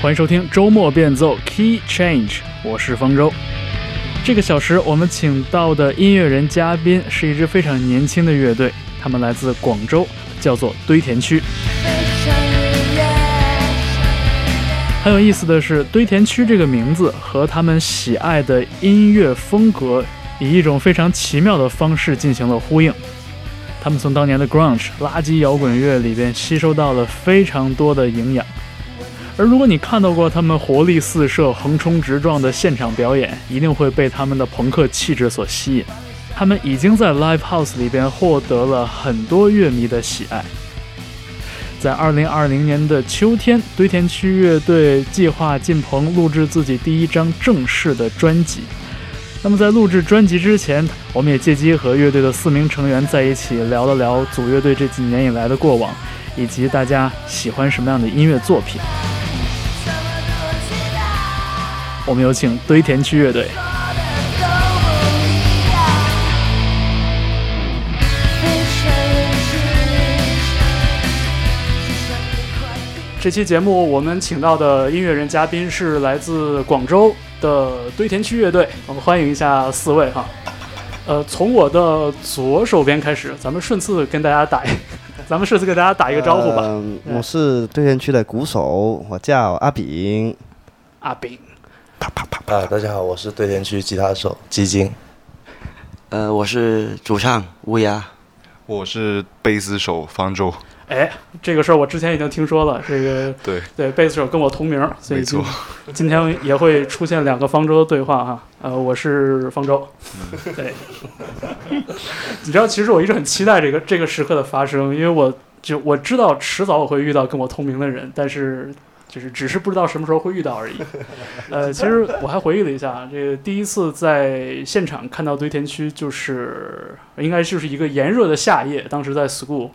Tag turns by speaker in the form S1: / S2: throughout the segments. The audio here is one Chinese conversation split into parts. S1: 欢迎收听周末变奏 Key Change，我是方舟。这个小时我们请到的音乐人嘉宾是一支非常年轻的乐队，他们来自广州，叫做堆填区。很有意思的是，堆填区这个名字和他们喜爱的音乐风格以一种非常奇妙的方式进行了呼应。他们从当年的 grunge 垃圾摇滚乐里边吸收到了非常多的营养。而如果你看到过他们活力四射、横冲直撞的现场表演，一定会被他们的朋克气质所吸引。他们已经在 live house 里边获得了很多乐迷的喜爱。在2020年的秋天，堆填区乐队计划进棚录制自己第一张正式的专辑。那么在录制专辑之前，我们也借机和乐队的四名成员在一起聊了聊组乐队这几年以来的过往，以及大家喜欢什么样的音乐作品。我们有请堆填区乐队。这期节目我们请到的音乐人嘉宾是来自广州的堆填区乐队，我们欢迎一下四位哈。呃，从我的左手边开始，咱们顺次跟大家打一，咱们顺次跟大家打一个招呼吧。
S2: 呃
S3: 嗯
S1: 对
S3: 我是堆填区的鼓手，我叫阿炳。
S1: 阿炳，
S4: 啊，大家好，我是堆填区吉他手基金。
S5: 呃，我是主唱乌鸦，
S2: 我是贝斯手方舟，
S1: 哎，这个事儿我之前已经听说了，这个
S2: 对，
S1: 对，贝斯手跟我同名，所以
S2: 没
S1: 今
S2: 错
S1: 今天也会出现两个方舟的对话哈。呃，我是方舟，对。你知道，其实我一直很期待这个这个时刻的发生，因为我就我知道迟早我会遇到跟我同名的人，但是就是只是不知道什么时候会遇到而已。呃，其实我还回忆了一下，这个第一次在现场看到堆填区，就是应该就是一个炎热的夏夜，当时在 school，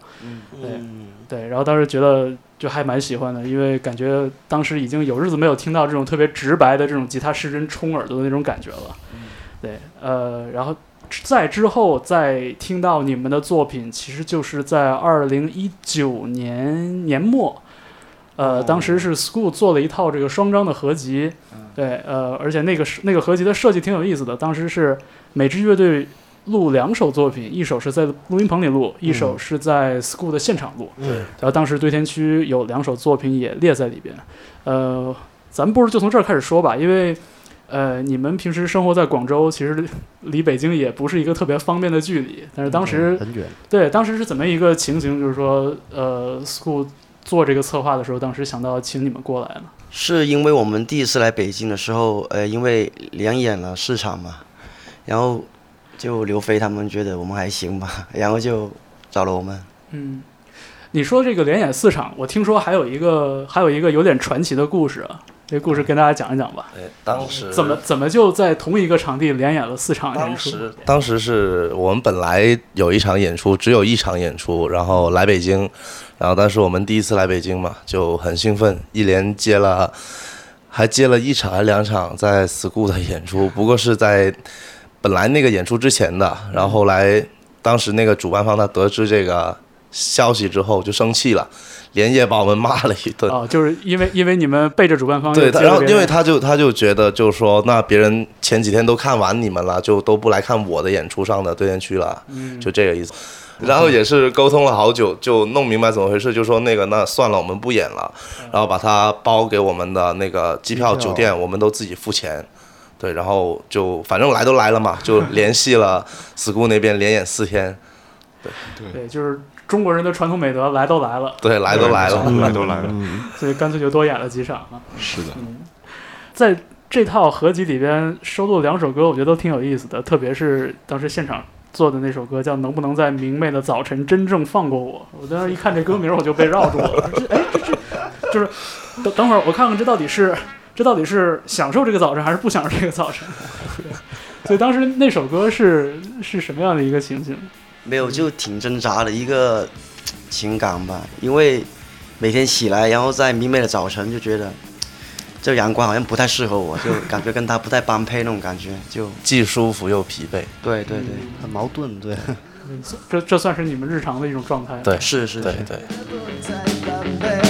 S1: 对，然后当时觉得就还蛮喜欢的，因为感觉当时已经有日子没有听到这种特别直白的这种吉他失真冲耳朵的那种感觉了。对，呃，然后在之后再听到你们的作品，其实就是在二零一九年年末，呃，当时是 School 做了一套这个双张的合集，对，呃，而且那个是那个合集的设计挺有意思的，当时是每支乐队。录两首作品，一首是在录音棚里录，一首是在 School 的现场录。
S4: 嗯，
S1: 然后当时堆填区有两首作品也列在里边，呃，咱们不如就从这儿开始说吧，因为，呃，你们平时生活在广州，其实离北京也不是一个特别方便的距离，但是当时、
S3: 嗯
S4: 嗯
S3: 很远，
S1: 对当时是怎么一个情形？就是说，呃，school 做这个策划的时候，当时想到请你们过来了，
S5: 是因为我们第一次来北京的时候，呃，因为两演了市场嘛，然后就刘飞他们觉得我们还行吧，然后就找了我们。
S1: 嗯。你说这个连演四场，我听说还有一个还有一个有点传奇的故事啊，这故事跟大家讲一讲吧。
S4: 哎，当时
S1: 怎么？怎么就在同一个场地连演了四场
S4: 当
S1: 演出？
S4: 时当时是我们本来有一场演出，只有一场演出，然后来北京，然后当时我们第一次来北京嘛，就很兴奋，一连接了，还接了一场还两场在 school 的演
S1: 嗯
S4: 出，不过是在本来那个演出之前的，然后后来当时那个主办方他得知这个消息之后就生气了，连夜把我们骂了一顿。
S1: 哦，就是因为因为你们背着主办方
S4: 对，
S1: 又接
S4: 他
S1: 了
S4: 然后
S1: 别
S4: 因为
S1: 人
S4: 他就他就觉得就是说，那别人前几天都看完你们了，就都不来看我的演出上的对面区了，
S1: 嗯
S4: 就这个意思。然后也是沟通了好久，就弄明白怎么回事，就说那个那算了，我们不演了，
S1: 嗯
S4: 然后把他包给我们的那个机票、
S3: 机票
S4: 酒店，我们都自己付钱。对，然后就反正来都来了嘛， 就联系了 school 那边连演四天，
S2: 嗯
S1: 对，就是中国人的传统美德，来都来了，
S4: 对， 来都来了。
S2: 来都 来了，
S1: 所以干脆就多演了几场啊。
S2: 是的，
S1: 在这套合集里边收录两首歌，我觉得都挺有意思的，特别是当时现场做的那首歌叫《能不能在明媚的早晨真正放过我》，我当时一看这歌名我就被绕住了，这哎这这就是等等会儿我看看这到底是这到底是享受这个早晨还是不享受这个早晨？ 对所以当时那首歌是是什么样的一个情景？
S5: 没有，就挺挣扎的一个情感吧，因为每天起来，然后在明媚的早晨就觉得这阳光好像不太适合我，就感觉跟他不太般配那种感觉，就
S4: 既舒服又疲惫，
S5: 对对对，
S3: 很矛盾，对，
S1: 这这算是你们日常的一种状态。
S4: 对，
S5: 是是
S4: 对
S5: 是，
S4: 对，
S6: 在半杯，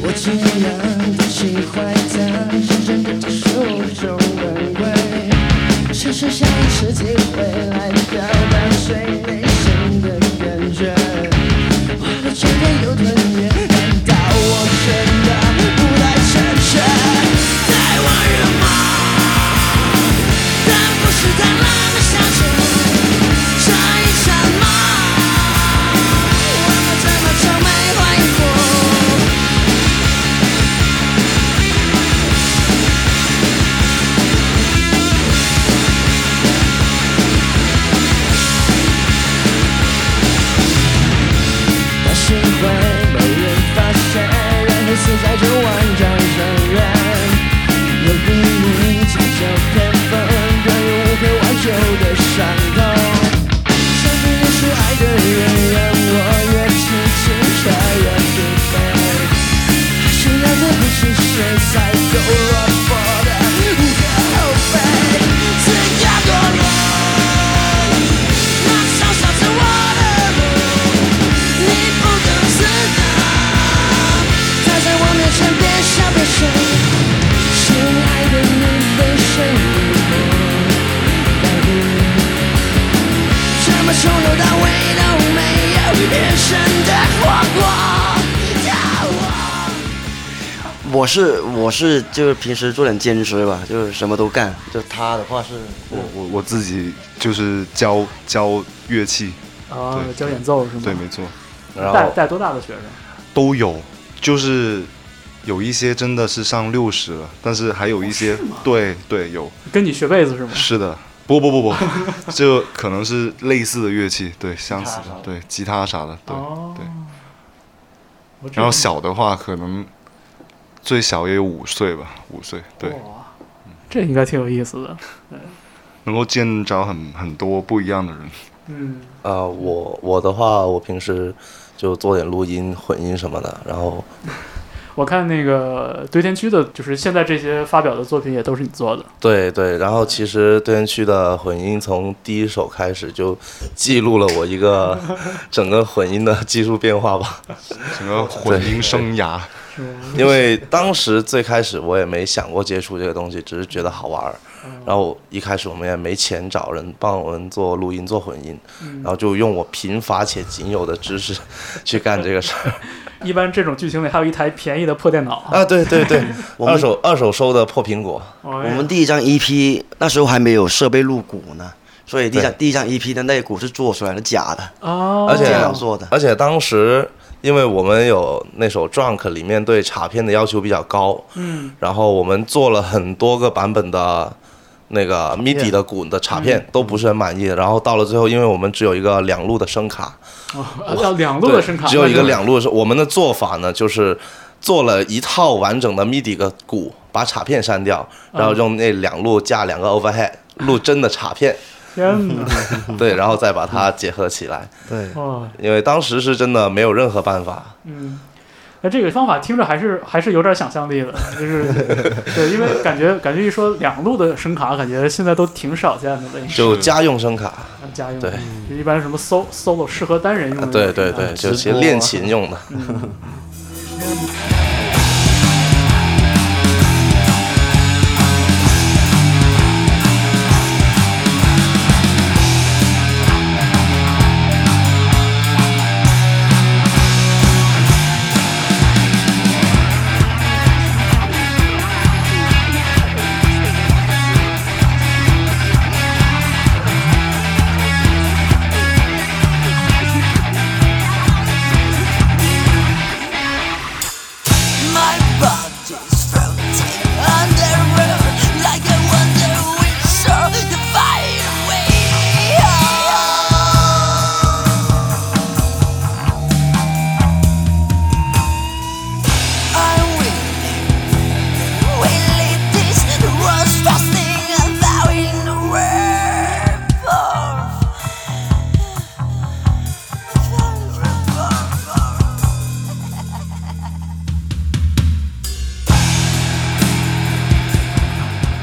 S6: 我只能不喜欢他，深深的接受这种轮回，是剩下一次机会来表达最内心的感觉。我的觉得有点远，难道我真的不太成全？太温柔吗？但不是太冷的相信，这一刹那，我们怎么从没怀疑过？那是会被人发现，然后死在这万丈深渊。有比你巧笑偏锋，更有无可挽救的伤痛。相信你是爱的人，让我越亲近却越疲惫。还是那对不起谁才够落魄的无可厚非？怎样多远？那嘲笑着我的路。你不可知道，他在我面前别笑别说，亲爱的你被谁迷惑？这么从头到尾都没有眼神的划过掉我。
S5: 我是我是就是平时做点兼职吧，就是什么都干。就他的话是，
S2: 我我我自己就是教教乐器，
S1: 啊，
S2: 对
S1: 教演奏是吗？
S2: 对，没错，
S4: 然
S1: 带
S4: 后
S1: 带多大的学生？
S2: 都有，就是有一些真的是上六十了，但哦是嗯还有一些，对对有，
S1: 跟你学贝斯是吗？
S2: 是的，不不不不， 这可能是类似的乐器，对，相似的，对，吉他啥的，对
S1: 哦
S2: 对。
S1: 我知道
S2: 然后小的话，可能最小也有五岁吧，五岁，对，
S1: 哇这应该挺有意思的。
S2: 能够见着很很多不一样的 人。
S1: 嗯，
S4: 呃，我我的话，我平时就做点录音、混音什么的，然后
S1: 我看那个堆填区的，就是现在这些发表的作品也都是你做的。
S4: 对对，然后其实对天区的混音从第一首开始就记录了我一个 整个混音的技术变化吧，
S2: 整个混音生涯，
S1: 是吗？
S4: 因为当时最开始我也没想过接触这个东西，只是觉得好玩儿。然后一开始我们也没钱找人帮我们做录音、做混音，然后就用我贫乏且仅有的知识去干这个事儿
S1: 一般这种剧情里还有一台便宜的破电脑。
S4: 啊！对对对，
S5: 我
S4: 二
S5: 们
S4: 手二手收的破苹果，
S1: 我
S5: 我
S2: 哦
S5: 们第一张 EP 那时候还没有设备录鼓呢，所以第一张
S4: 对
S5: 第一张 EP 的那鼓是做出来的假的，
S1: 啊，
S4: 而且
S5: 电脑做的。
S4: 而且当时因为我们有那首《Drunk》里面对卡片的要求比较高，
S1: 嗯
S4: 然后我们做了很多个版本的那个 MIDI 的鼓的卡
S1: 嗯
S4: 片，都不是很满意。然后到了最后，因为我们只有一个两路的声卡，
S2: 嗯
S1: 哦要两路的声卡，
S4: 对只有一个
S1: 那就
S4: 两路的声。我们的做法呢，就是做了一套完整的 MIDI 的鼓，把卡片删掉，然后
S1: 嗯
S4: 用那两路架两个 overhead 录真的卡片，
S1: 天哪！
S4: 对，然后再把它结合起来。
S3: 对，
S2: 嗯
S1: 哇，
S4: 因为当时是真的没有任何办法，
S1: 嗯，那这个方法听着还是还是有点想象力的，就是对，因为感觉感觉一说两路的声卡，感觉现在都挺少见的了，
S4: 就家用声卡。
S1: 家用
S4: 对，
S1: 就一般什么 solo solo 适合单人用的，
S4: 对对对，，就
S3: 啊直
S4: 是
S3: 播
S4: 练琴 用的。
S6: My body's floating on the road like a wonder we saw the fire way. I'm willing, willing this was fasting allowing the world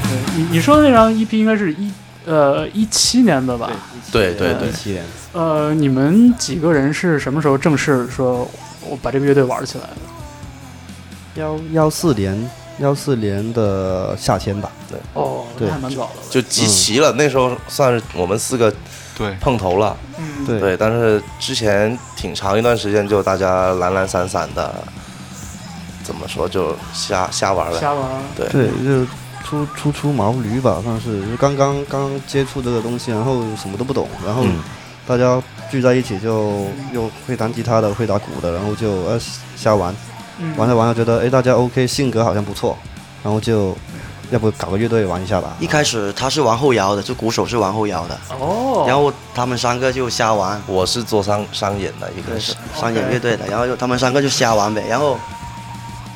S1: 对你你说的那张 EP 应该是一呃一七年的吧？
S4: 对对对
S3: 一，七年，
S1: 呃，你们几个人是什么时候正式说我把这个乐队玩起来的？
S3: 幺幺四年幺四年的夏天吧，
S1: 哦，
S3: 对
S1: 那还蛮早的了。
S4: 就集齐了。那时候算是我们四个
S2: 对，
S4: 碰头了，
S1: 嗯，
S3: 对
S4: 对。但是之前挺长一段时间就大家懒懒散散的，怎么说就瞎瞎玩呗。
S1: 瞎玩儿。
S4: 对
S3: 对，就初初出毛驴吧，算是就刚刚刚接触这个东西，然后什么都不懂，然后
S4: 嗯
S3: 大家聚在一起就又会弹吉他的，会打鼓的，然后就呃瞎玩，
S1: 嗯
S3: 玩着玩着觉得哎大家 OK，性格好像不错，然后就要不搞个乐队玩一下吧。
S5: 一开始他是玩后摇的，就鼓手是玩后摇的，
S1: 哦，
S5: 然后他们三个就瞎玩，
S4: 我是做商商演的，一
S5: 对，
S4: 个是
S5: 商商演乐队的，然后就他们三个就瞎玩呗，然后，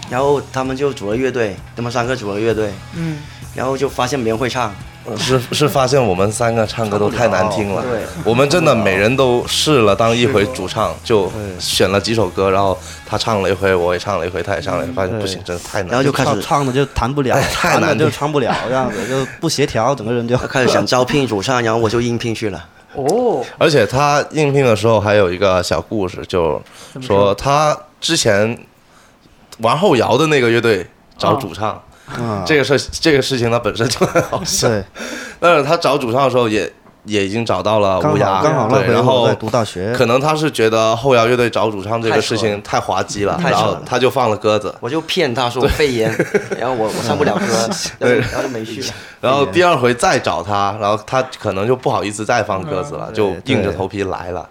S5: 然后他们就组了乐队，他们三个组了乐队，
S1: 嗯，
S5: 然后就发现没人会唱，
S4: 是是发现我们三个唱歌都太难听了，
S5: 对，
S4: 我们真的每人都试了当一回主唱，就选了几首歌，然后他唱了一回，我也唱了一回，他也唱了一回，发现不行，真的太难。
S5: 然后就开始
S3: 唱唱的就哎弹不了，
S4: 太
S3: 弹的
S4: 难
S3: 就
S4: 听
S3: 唱 不了，这样子就不协调，整个人就
S5: 他开始想招聘主唱，然后我就应聘去了，
S1: 哦，
S4: 而且他应聘的时候还有一个小故事，就
S1: 怎么
S4: 说他之前玩后摇的那个乐队找主唱，
S3: 啊，
S4: 这个事这个事情他本身就很好笑，
S3: 对，
S4: 但是他找主唱的时候也也已经找到了
S3: 刚
S4: 乌鸦，
S3: 好刚好那
S4: 对，
S3: 回
S4: 然
S3: 我
S4: 后
S3: 在读大学，
S4: 可能他是觉得后摇乐队找主唱这个
S5: 太扯
S4: 事
S5: 了
S4: 情太滑稽了，
S5: 太
S4: 然
S5: 扯
S4: 后
S5: 了
S4: 他就放了鸽子。
S5: 我就骗他说我肺炎，然后我我唱不了歌，然后就然后就没去了，
S4: 然后第二回再找他，然后他可能就不好意思再放鸽子了，就硬着头皮来了，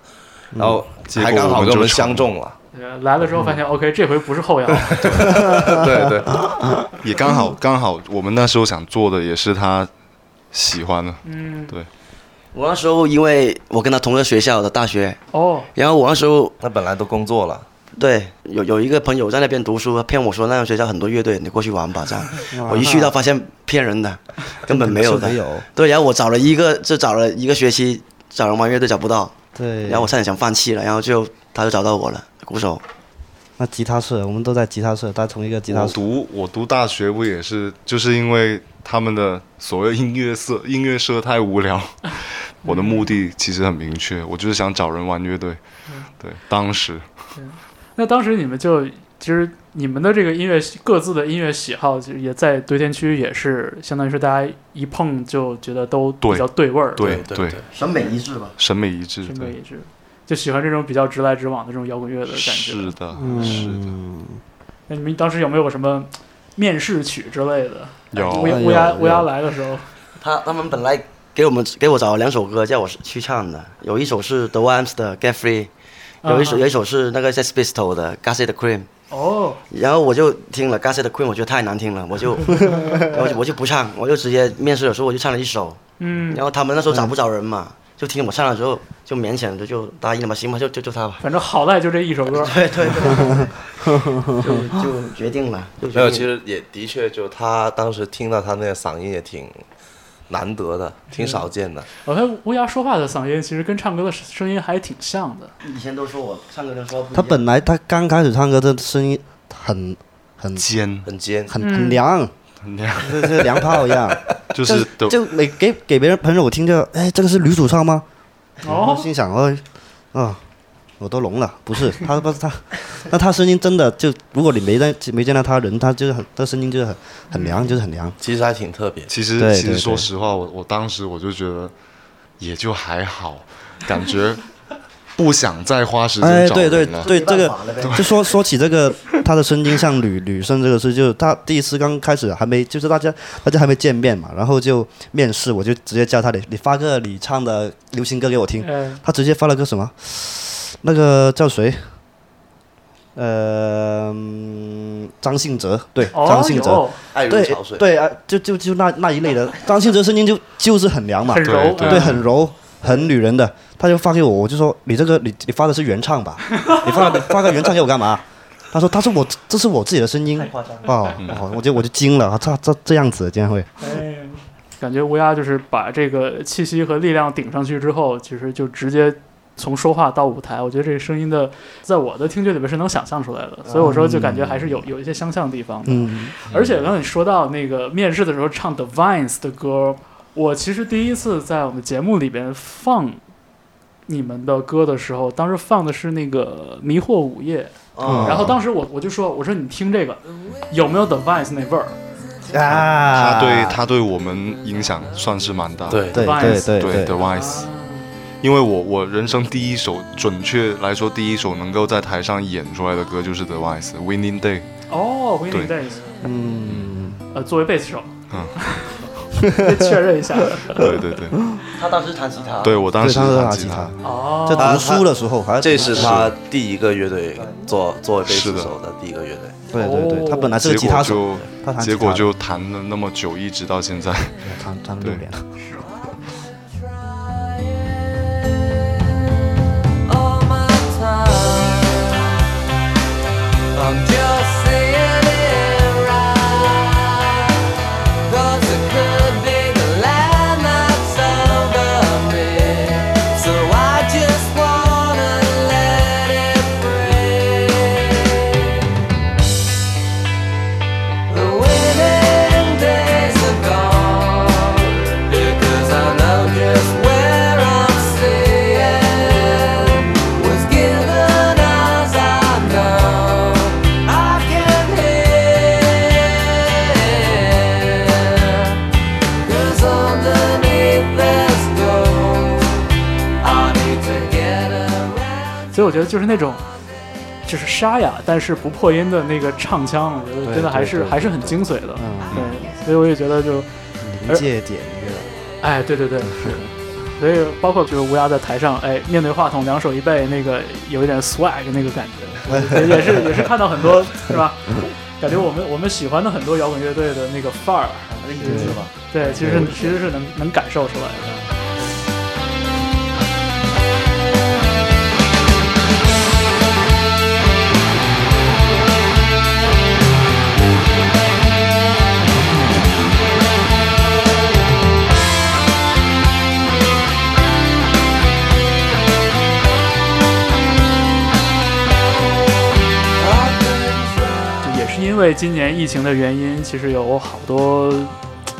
S3: 嗯
S4: 然后还刚好跟我们相中了，
S1: 呃来了之后发现、OK，这回不是后摇，
S4: 对对，
S2: 也刚好刚好我们那时候想做的也是他喜欢的，
S1: 嗯，
S5: 我那时候因为我跟他同个学校的大学，
S1: 哦，
S5: 然后我那时候
S4: 他本来都工作了，
S5: 对有有一个朋友在那边读书，骗我说那个学校很多乐队，你过去玩吧这样，我一去到发现骗人的，根本没有
S3: 是
S5: 的
S3: 没。有，
S5: 对，然后我找了一个，就找了一个学期，找人玩乐队找不到，
S3: 对，
S5: 然后我差点想放弃了，然后就他就找到我了，鼓手。
S3: 那吉他社，我们都在吉他社，他同一个吉他
S2: 我
S3: 社，
S2: 读我读大学不也是，就是因为他们的所谓音乐社 音乐社太 无聊，我的目的其实很明确，我就是想找人玩乐队。
S3: 嗯
S2: 对，当时
S1: 那当时你们就其实你们的这个音乐各自的音乐喜好，其实也在堆填区也是相当于是大家一碰就觉得都比较对味儿，
S2: 对
S4: 对对
S5: 审美一致吧。
S2: 审美一致，
S1: 审美
S2: 对，
S1: 一致，就喜欢这种比较直来直往的这种摇滚乐的感觉
S2: 是。的，是的，
S3: 嗯，
S1: 那你们当时有没有什么面试曲之类的？
S2: 有
S1: 乌鸦
S3: 哎
S1: 乌鸦
S3: 有
S1: 乌鸦
S3: 有
S1: 来的时候，
S5: 他他们本来给我们给我找了两首歌叫我去唱的，有一首是 The Wham's 的《Get Free》，有一首、
S1: 啊
S5: 有一首是那个 Sex Pistol 的《g a s s e the Cream》，
S1: 哦，
S5: 然后我就听了《g a s s e the Cream》，我觉得太难听了，我就我就我就不唱，我就直接面试的时候我就唱了一首，
S1: 嗯
S5: 然，后他们那时候找不找人嘛，就听我唱了之后就勉强的就答应了嘛，行吧，就就就他吧。
S1: 反正好赖就这一首 歌，
S5: 对对对，就就决定了，就
S4: 没有，
S5: 决
S4: 其
S5: 定了。
S4: 实也的确就他当时听到他那个嗓音也挺难得的，挺少见的，
S1: 我看哦乌鸦说话的嗓音其实跟唱歌的声音还挺像的。
S5: 以前都说我唱歌的时候不一样
S3: 他本来他刚开始唱歌，这声音很很
S2: 尖
S4: 很尖，
S3: 很
S1: 嗯
S3: 很凉，
S2: 很亮，
S3: 就就凉炮一样。
S2: 就是都
S3: 就每给给别人朋友听就，哎，这个是女主唱吗？然后
S1: 哦，
S3: 心想，哦，啊，我都聋了，不是他，不是他， 那他声音真的就，如果你没在没见到他人，他就是很，他声音就是很很凉，就是很凉。
S4: 其实还挺特别。
S2: 其实
S3: 对
S2: 其实
S3: 对
S2: 说
S3: 对
S2: 实话，我我当时我就觉得也就还好，感觉不想再花时间
S3: 哎，
S2: 找
S3: 对对
S2: 人啊了。
S3: 对，这
S5: 没
S3: 个
S5: 办法了呗
S3: 就说说起这个，他的声音像女女生这个事，就是他第一次刚开始还没，就是大家大家还没见面嘛，然后就面试，我就直接叫他你你发个你唱的流行歌给我听，
S1: 呃，
S3: 他直接发了个什么，那个叫谁？呃，嗯张信哲，对，张
S1: 哦，
S3: 信哲，
S1: 有
S4: 爱如
S3: 对
S4: 潮水，
S3: 对啊，就就就那那一类的，张信哲声音就就是很凉嘛
S1: 很，柔，嗯
S2: 对
S3: 对，很柔，很女人的。他就发给我，我就说你这个你你发的是原唱吧？你发你发个原唱给我干嘛？他说他说我这是我自己的声音
S5: 太夸张了。
S3: 哦，哦我就我就惊了，他这这样子竟然会，
S1: 哎，感觉乌鸦就是把这个气息和力量顶上去之后，其实就直接从说话到舞台，我觉得这个声音的，在我的听觉里面是能想象出来的，所以我说就感觉还是有有一些相像地方的。
S3: 嗯，
S1: 而且刚才你说到那个面试的时候唱 The Vines 的歌，我其实第一次在我们节目里边放你们的歌的时候，当时放的是那个《迷惑午夜》，
S5: 哦，
S1: 然后当时我我就说，我说你听这个有没有 The Vines 那味儿？
S3: 啊，
S2: 他对他对我们影响算是蛮大。
S4: 对
S3: 对对对
S2: 对，The Wise，因为我我人生第一首，准确来说第一首能够在台上演出来的歌就是 The Wise，《Winning Day》。
S1: 哦 w i n n i n g
S2: 对
S1: Days，
S3: 嗯，
S1: 呃，作为贝斯手，
S2: 嗯，
S1: 确认一 下。
S2: 对对对，
S5: 他当时弹吉他，
S2: 对我当
S3: 对，
S2: 时
S3: 他是
S2: 弹
S3: 拉
S2: 吉
S3: 吉他
S2: 他，，
S1: 哦，
S3: 在读书的时候，还
S4: 这是他第一个乐队做作为贝斯
S2: 是的
S4: 手嗯的第一个乐队。
S3: 对对
S1: 哦
S3: 对，他本来是
S2: 结
S3: 个吉他
S2: 果
S3: 手，
S2: 就
S3: 他弹吉他
S2: 结果就弹了那么久，一直到现在。
S3: 他他们六年，
S7: All my time, I'm just seeing it right. 'Cause it could be the land that's over me, so I just wanna let it free. The winning days are gone because I know just where I'm staying. Was given as I know I can hear. 'Cause underneath this gold, I need to get around.
S1: 所以我觉得就是那种，就是沙哑但是不破音的那个唱腔，我觉得真的还是
S3: 对对
S1: 还是很精髓的。
S3: 嗯，
S1: 对，所以我也觉得就，
S3: 临界点一个，
S1: 哎，对对对，是。所以包括就是乌鸦在台上，哎，面对话筒两手一背，那个有一点 swag 那个感觉， 也是也是看到很多是吧？感觉我们我们喜欢的很多摇滚乐队的那个范儿，对，其实是其实是能能感受出来的。就也是因为今年疫情的原因，其实有好多，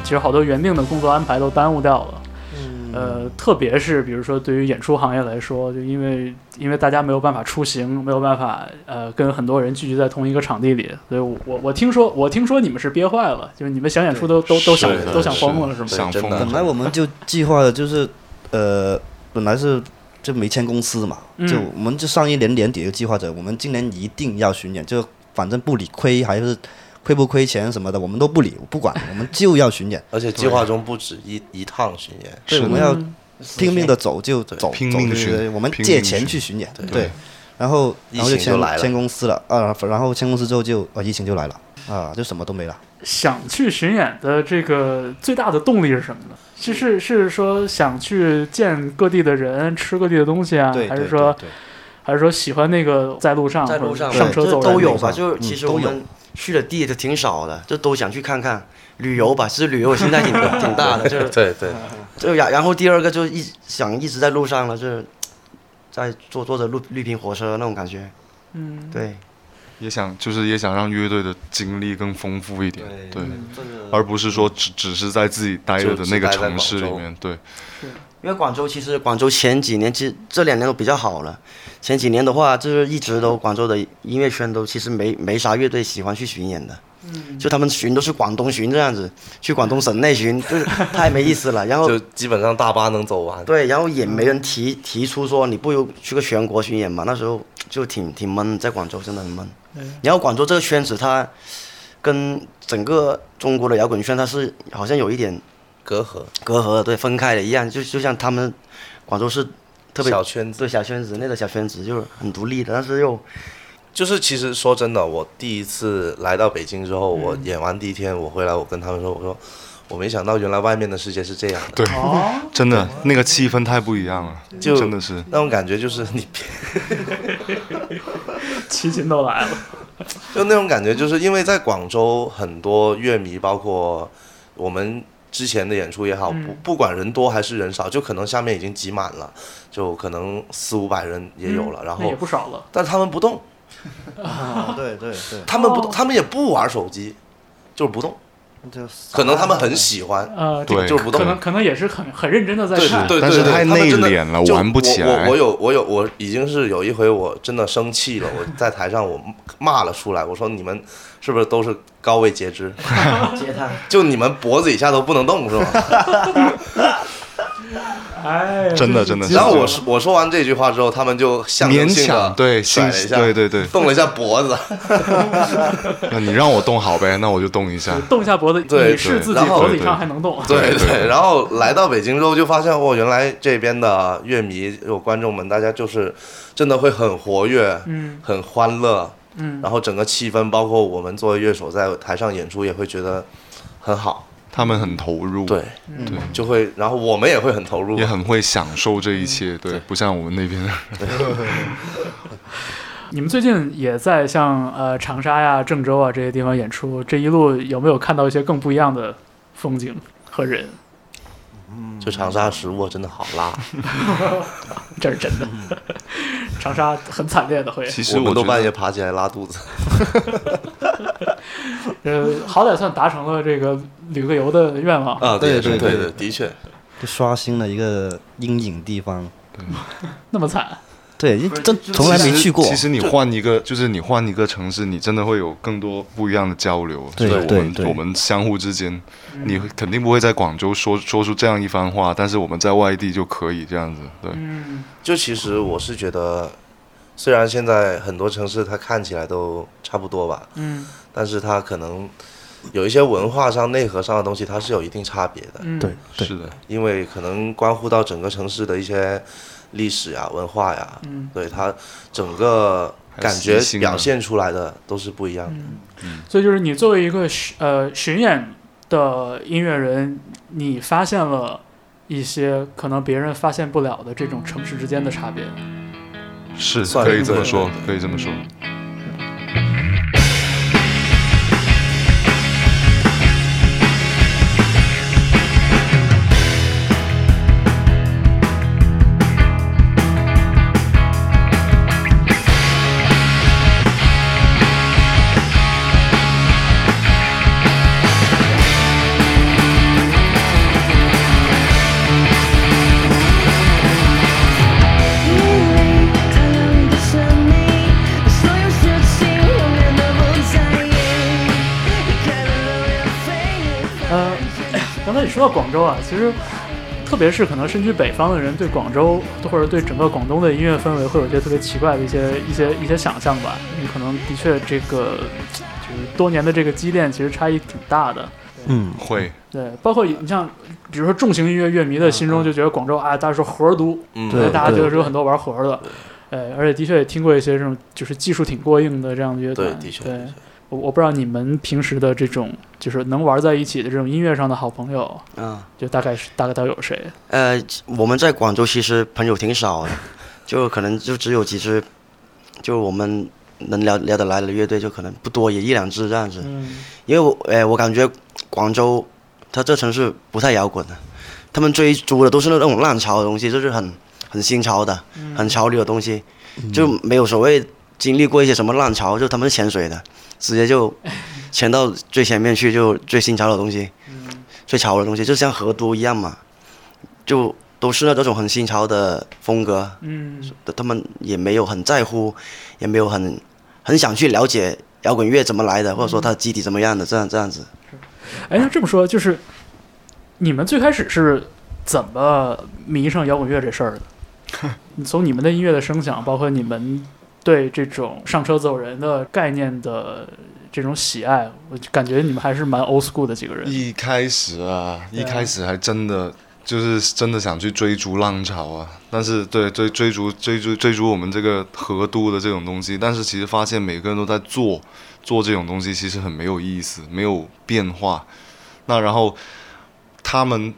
S1: 其实好多原定的工作安排都耽误掉了。
S3: 嗯
S1: 呃，特别是比如说对于演出行业来说，就因为因为大家没有办法出行，没有办法呃跟很多人聚集在同一个场地里，所以我我我听说我听说你们是憋坏了，就是你们想演出都都都想
S2: 是的
S1: 都想疯了
S2: 是
S1: 是
S2: 的
S1: 吗？
S2: 想疯
S4: 真的
S2: 了
S3: 本。来我们就计划的就是，呃，本来是就没签公司嘛，
S1: 嗯
S3: 就我们就上一年年底就计划着，我们今年一定要巡演，就反正不理亏还是亏不亏钱什么的，我们都不理，不管，我们就要巡演，
S4: 而且计划中不止一一趟巡演，
S3: 对，
S2: 是
S3: 我
S2: 的
S3: 们要
S1: 嗯
S3: 拼命的走就
S4: 对
S3: 走，
S2: 拼命
S3: 走
S2: 地
S3: 就
S2: 巡
S3: 是我们
S2: 拼
S3: 借
S2: 命地
S3: 钱
S2: 巡
S3: 去巡演，
S2: 对
S3: 对，然后然后
S4: 疫情就
S3: 签
S4: 来了
S3: 签公司了啊，然后签公司之后就啊疫情就来了啊，就什么都没了。
S1: 想去巡演的这个最大的动力是什么呢？是是是说想去见各地的人，吃各地的东西啊，还是说还是说喜欢那个在路上，
S5: 在路上
S1: 啊或者上车
S5: 这
S1: 走人
S5: 都有
S1: 那种嗯
S5: 吧，就是其实我
S3: 都有
S5: 们去的地就挺少的，就都想去看看旅游吧。其实旅游我 心态挺挺大的，就是
S4: 对对，
S5: 就然然后第二个就一想一直在路上了，就是在坐坐着绿绿皮火车那种感觉。
S1: 嗯，
S5: 对，
S2: 也想就是也想让乐队的经历更丰富一点，对，
S5: 真的。
S2: 而不是说只只是在自己待着的那个城市里面，对，
S5: 因为广州其实广州前几年其实这两年都比较好了，前几年的话就是一直都广州的音乐圈都其实没没啥乐队喜欢去巡演的。
S1: 嗯
S5: 就他们巡都是广东巡这样子，去广东省内巡，就是太没意思了。然后
S4: 就基本上大巴能走完。
S5: 对，然后也没人提提出说你不如去个全国巡演嘛，那时候就挺挺闷，在广州真的很闷。
S4: 嗯
S5: 然后广州这个圈子，它跟整个中国的摇滚圈，它是好像有一点
S4: 隔阂，
S5: 隔阂，对，分开的一样，就就像他们广州是特别
S4: 小圈子。
S5: 对小圈子那个小圈子就是很独立的，但是又
S4: 就是其实说真的，我第一次来到北京之后，我演完第一天，我回来，我跟他们说，我说我没想到原来外面的世界是这样的，
S2: 对， 真的那个气氛太不一样了，
S4: 就
S2: 真的是
S4: 那种感觉就是你别
S1: 齐秦都来了，
S4: 就那种感觉，就是因为在广州很多乐迷，包括我们之前的演出也好，
S1: 嗯
S4: 不不管人多还是人少，就可能下面已经挤满了，就可能四五百人也有了，
S1: 嗯
S4: 然
S1: 那
S4: 后
S1: 也不少了，
S4: 但他们 不动，
S3: 哦，对对对，
S4: 他们不
S1: 哦
S4: 动，他们也不玩手机，就是不动。
S5: 就
S4: 可能他们很喜欢，
S1: 呃，
S2: 对
S4: 就是不动
S1: 可能可能也是很很认真的在
S4: 对
S1: 看，
S4: 对对，
S2: 但是
S4: 对
S2: 太
S4: 他们真的
S2: 内敛了
S4: 就
S2: 玩不起
S4: 我
S2: 来
S4: 我我有我有我已经是有一回我真的生气了，我在台上我骂了出来，我说你们是不是都是高位截肢？
S5: 接他，
S4: 就你们脖子以下都不能动是 吗？
S1: 哎，
S2: 真的
S1: 是
S2: 真的
S1: 急死
S2: 是
S4: 然后
S1: 了
S4: 我说我说完这句话之后，他们就象征
S2: 勉
S4: 性的
S2: 强对
S4: 甩了一
S2: 信
S4: 下，
S2: 对对对
S4: 动了一下脖 子，
S2: 那你让我动好呗，那我就动一下。
S1: 动一下脖子，
S4: 对
S1: 你是自己
S4: 对然后
S1: 脖子以上还能动，
S4: 对
S2: 对对
S4: 然后来到北京之后，就发现哦，原来这边的乐迷有观众们，大家就是真的会很活跃，
S1: 嗯
S4: 很欢乐，
S1: 嗯，
S4: 然后整个气氛，包括我们作为乐手在台上演出，也会觉得很好。
S2: 他们很投入，
S4: 对，
S2: 对，
S4: 就会，然后我们也会很投入。
S2: 也很会享受这一切，对，不像我们那边 的人。
S1: 你们最近也在像呃长沙呀、郑州啊这些地方演出，这一路有没有看到一些更不一样的风景和人？
S4: 就长沙食物真的好辣，
S1: 这是真的，
S4: 嗯
S1: 长沙很惨烈的会，
S2: 其实
S4: 我们都
S2: 觉
S4: 半夜
S2: 得，
S4: 爬起来拉肚子。
S1: 呃，好歹算达成了这个旅个游的愿望。
S4: 啊，
S3: 对
S4: 对
S3: 对
S4: 对
S3: 对
S4: 对，的确，
S3: 就刷新了一个阴影地方。
S1: 那么惨，
S3: 对，因为真从来没去过
S2: 其。实你换一个，就是你换一个城市，你真的会有更多不一样的交流。
S3: 对
S2: 就是我
S3: 对
S2: 们
S3: 对
S2: 我们相互之间，你肯定不会在广州说说出这样一番话，但是我们在外地就可以这样子。对，
S1: 嗯，
S4: 就其实我是觉得，虽然现在很多城市它看起来都差不多吧，
S1: 嗯
S4: 但是它可能有一些文化上、内核上的东西，它是有一定差别的，
S1: 嗯，
S3: 对，对，
S2: 是的，
S4: 因为可能关乎到整个城市的一些历史呀、文化呀，
S1: 嗯
S4: 对它整个感
S2: 还
S4: 觉
S2: 有习性啊
S4: 表现出来的都是不一样的。
S1: 所以就是你作为一个巡呃巡演的音乐人，你发现了一些可能别人发现不了的这种城市之间的差别。
S2: 是
S4: 算
S2: 可
S4: 是
S2: 以这
S4: 对
S2: 么
S4: 对
S2: 说
S4: 对，嗯
S2: 可以这么说。
S6: 因为他们的神秘，所有事情我们都不在意。离开了流言蜚语。
S1: 呃，刚才你说到广州啊，其实特别是可能身居北方的人，对广州或者对整个广东的音乐氛围，会有一些特别奇怪的一些一些一些想象吧。你可能的确这个就是多年的这个积淀，其实差异挺大的。
S3: 嗯，
S2: 会，
S1: 对，包括你像，比如说重型音乐乐迷的心中就觉得广州啊，大家说活儿都，
S4: 嗯，
S3: 对
S1: 大家觉得说很多玩活儿的，呃，而且的确也听过一些这种就是技术挺过硬的这样的乐队
S4: 对，，的确，
S1: 对
S4: 的确
S1: 我我不知道你们平时的这种就是能玩在一起的这种音乐上的好朋友，
S5: 啊。
S1: 就大概是大概都有谁？
S5: 呃，我们在广州其实朋友挺少的，就可能就只有几支，就我们能聊聊得来的乐队就可能不多，也一两支这样子。
S1: 嗯，
S5: 因为我，呃，我感觉广州它这城市不太摇滚的，他们追逐的都是那种浪潮的东西，就是很很新潮的、很潮流的东西，就没有所谓经历过一些什么浪潮，就他们是潜水的，直接就潜到最前面去，就最新潮的东西，最潮的东西，就像河都一样嘛，就都是那种很新潮的风格，
S1: 嗯，
S5: 他们也没有很在乎，也没有很很想去了解摇滚乐怎么来的，或者说它的基底怎么样的，这样这样子。
S1: 哎，那这么说就是你们最开始是怎么迷上摇滚乐这事儿的？ 你从你们的音乐的声响，包括你们对这种上车走人的概念的这种喜爱，我就感觉你们还是蛮 old school 的几个人。
S2: 一开始啊，
S1: 对
S2: 一
S1: 啊
S2: 开始还真的就是真的想去追逐浪潮啊，但是对追追逐追逐追逐我们这个河都的这种东西，但是其实发现每个人都在做做这种东西，其实很没有意思，没有变化。那然后他们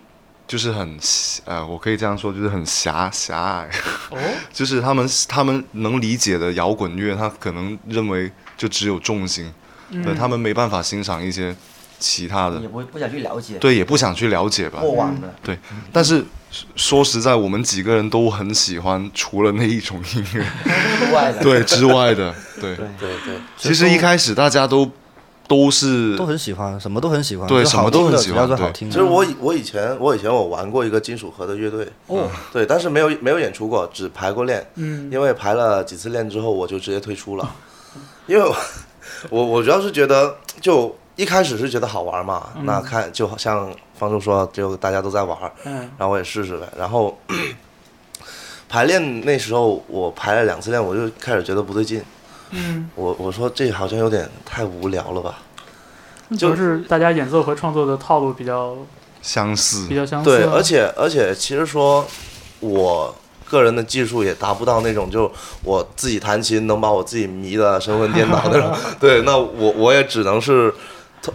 S2: 就是很呃，我可以这样说，就是很狭狭隘。
S1: 哦，
S2: 就是他们他们能理解的摇滚乐，他可能认为就只有重型，对他们没办法欣赏一些其他的，
S5: 不不想去了解
S2: 对，也不想去了解
S3: 哦
S2: 吧。
S5: 往的，
S2: 对，但是说实在，我们几个人都很喜欢除了那一种音乐
S5: 之外的
S2: 对之外的，对。
S4: 对对。
S2: 其实一开始大家都都是
S3: 都很喜欢，什么都很喜欢，
S2: 对
S3: 就
S2: 什么
S3: 好
S2: 都
S3: 听的
S2: 很喜欢
S3: 只要是
S2: 对
S3: 好听
S4: 其
S3: 的。
S4: 实我以我以前我以前我玩过一个金属盒的乐队，嗯
S1: 哦，
S4: 对，但是没有没有演出过，只排过练。
S1: 嗯，
S4: 因为排了几次练之后，我就直接退出了， 因为我我我主要是觉得，就一开始是觉得好玩嘛，
S1: 嗯
S4: 那看就像方舟说，就大家都在玩，
S1: 嗯
S4: 然后我也试试呗。然后 排练那时候，我排了两次练，我就开始觉得不对劲，
S1: 嗯，
S4: 我我说这好像有点太无聊了吧。就
S1: 就是大家演奏和创作的套路比较
S2: 相似
S1: 比，较相似啊，
S4: 对，而且而且，其实说我个人的技术也达不到那种，就我自己弹琴能把我自己迷得神魂颠倒那 种。对，那我我也只能是，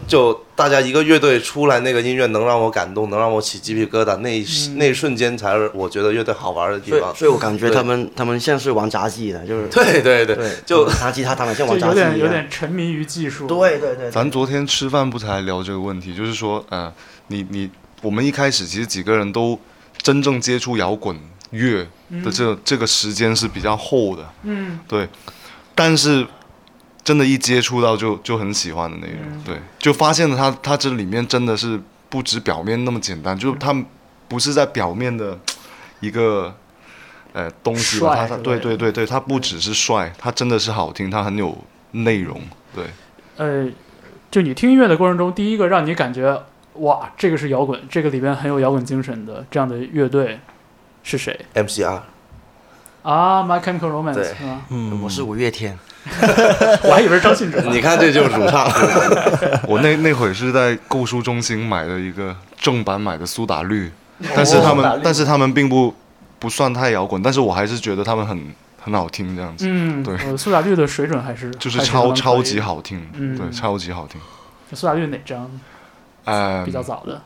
S4: 就大家一个乐队出来那个音乐能让我感动，能让我起鸡皮疙瘩，那一、那一瞬间才是我觉得乐队好玩的地
S5: 所以
S4: 方，。
S5: 所以我感觉
S4: 对
S5: 他们他们像是玩杂技的，就是
S4: 对对对，就
S5: 拿吉他，他们像
S1: 就
S5: 玩杂
S1: 有
S5: 技一
S1: 点
S5: 样。
S1: 有点沉迷于技术，
S5: 对对对，
S2: 咱昨天吃饭不才聊这个问题，就是说，呃，你你我们一开始其实几个人都真正接触摇滚乐的这、这个时间是比较厚的，
S1: 嗯，
S2: 对，但是真的，一接触到就就很喜欢的那种，
S1: 嗯
S2: 对，就发现了它它这里面真的是不止表面那么简单，就是
S1: 嗯
S2: 它不是在表面的一个呃东西吧，
S1: 帅
S2: 它
S1: 之类
S2: 它对
S1: 的嗯
S2: 对对对，它不只是帅，它真的是好听，它很有内容，对，
S1: 呃，就你听音乐的过程中，第一个让你感觉哇，这个是摇滚，这个里边很有摇滚精神的这样的乐队是谁
S4: MCR
S1: 啊？My Chemical
S4: 对
S1: Romance 是吗？
S5: 我是五月天，
S1: 我还以为是张信哲。
S4: 你看这就是主唱，
S2: 我那那会儿是在购书中心买的一个正版买的苏打绿，
S1: 哦
S2: 但是他们、但是他们并不不算太摇滚，但是我还是觉得他们很很好听这样子，
S1: 嗯，
S2: 对
S1: 呃苏打绿的水准还是
S2: 就是
S1: 还
S2: 超
S1: 蛮可以
S2: 超级好听，
S1: 嗯
S2: 对，超级好听。
S1: 的。苏打绿哪张
S2: 呃
S1: 比，较早的？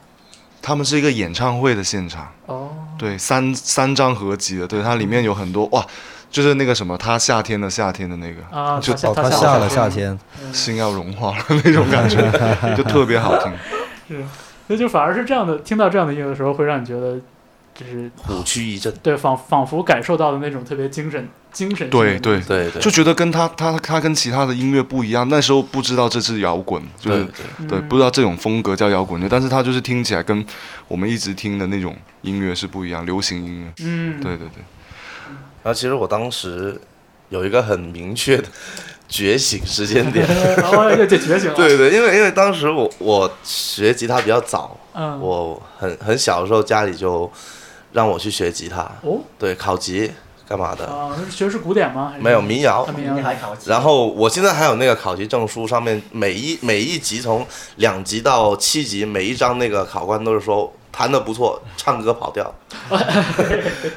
S2: 他们是一个演唱会的现场，
S1: 哦，
S2: 对，三三张合集的，对，它里面有很多哇，就是那个什么，他夏天的夏天的那个，
S1: 啊，
S2: 就
S1: 他
S3: 哦，他
S1: 他
S3: 下
S1: 下嗯
S3: 了夏，天，
S2: 心要融化了那种感觉，就特别好听。
S1: 那就反而是这样的，听到这样的音乐的时候，会让你觉得就是
S4: 虎躯一震。
S1: 对仿仿佛感受到的那种特别精神精神性的
S2: 对对，
S4: 对对，
S2: 就觉得跟他他他跟其他的音乐不一样，那时候不知道这是摇滚，就
S4: 对
S2: 是
S4: 对。
S2: 对，不知道这种风格叫摇滚乐，但是它就是听起来跟我们一直听的那种音乐是不一样，流行音乐。
S1: 嗯，
S2: 对对对，
S4: 然后其实我当时有一个很明确的 觉醒时间点，
S1: 然后就就 觉醒了。
S4: 对，对，因为因为当时我我学吉他比较早，
S1: 嗯，
S4: 我很很小的时候家里就让我去学吉他，
S1: 哦
S4: 对，考级干嘛的，
S1: 啊，学的是古典吗？还是
S4: 没有民谣
S1: 啊。民谣
S4: 然后我现在还有那个考级证书，上面每一每一级从两级到七级，每一张那个考官都是说弹的不错，唱歌跑 调。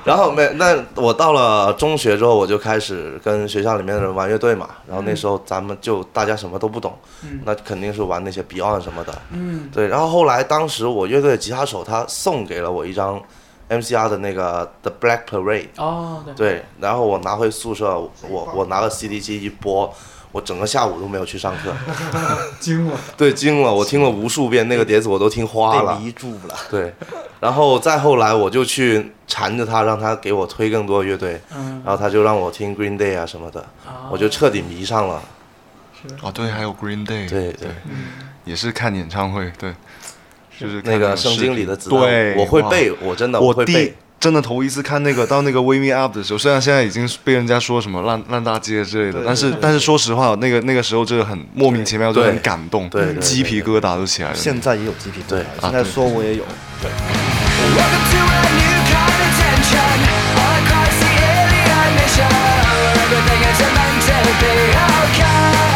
S4: 然后没，那我到了中学之后，我就开始跟学校里面的人玩乐队嘛。然后那时候咱们就大家什么都不懂，
S1: 嗯
S4: 那肯定是玩那些 Beyond 什么的。
S1: 嗯
S4: 对，然后后来当时我乐队的吉他手他送给了我一张 MCR 的那个 The Black Parade，
S1: 哦对
S4: 对，然后我拿回宿舍，我我拿个 CD 机一播，我整个下午都没有去上课，
S1: 惊了
S4: 对，惊了，我听了无数遍那个碟子，我都听花
S5: 被
S4: 了，
S5: 迷住了。
S4: 对，然后再后来我就去缠着他，让他给我推更多乐队，
S1: 嗯
S4: 然后他就让我听 Green Day 啊什么的，
S5: 哦
S1: 啊
S4: 我就彻底迷上了，
S2: 哦对，还有 Green Day，
S4: 对对，
S2: 也是看演唱会，对，就是看
S4: 那个
S2: 视
S4: 圣
S2: 频
S4: 经里的子弹，
S2: 对，
S4: 我会
S2: 哇
S4: 背，我真的
S2: 我
S4: 会
S2: 第
S4: 背，
S2: 真的头一次看那个到那个 Wake Me Up 的时候，虽然现在已经被人家说什么烂烂大街之类的，但是但是说实话，那个那个时候真的很莫名其妙，就
S4: 对
S2: 很感动，
S4: 对对对
S2: 鸡皮疙瘩都起来了。
S3: 现在也有鸡皮疙瘩
S4: 对啊，
S3: 现在说我也有。
S7: Welcome to a new kind of tension. All across the alienation. Everything is meant to be okay.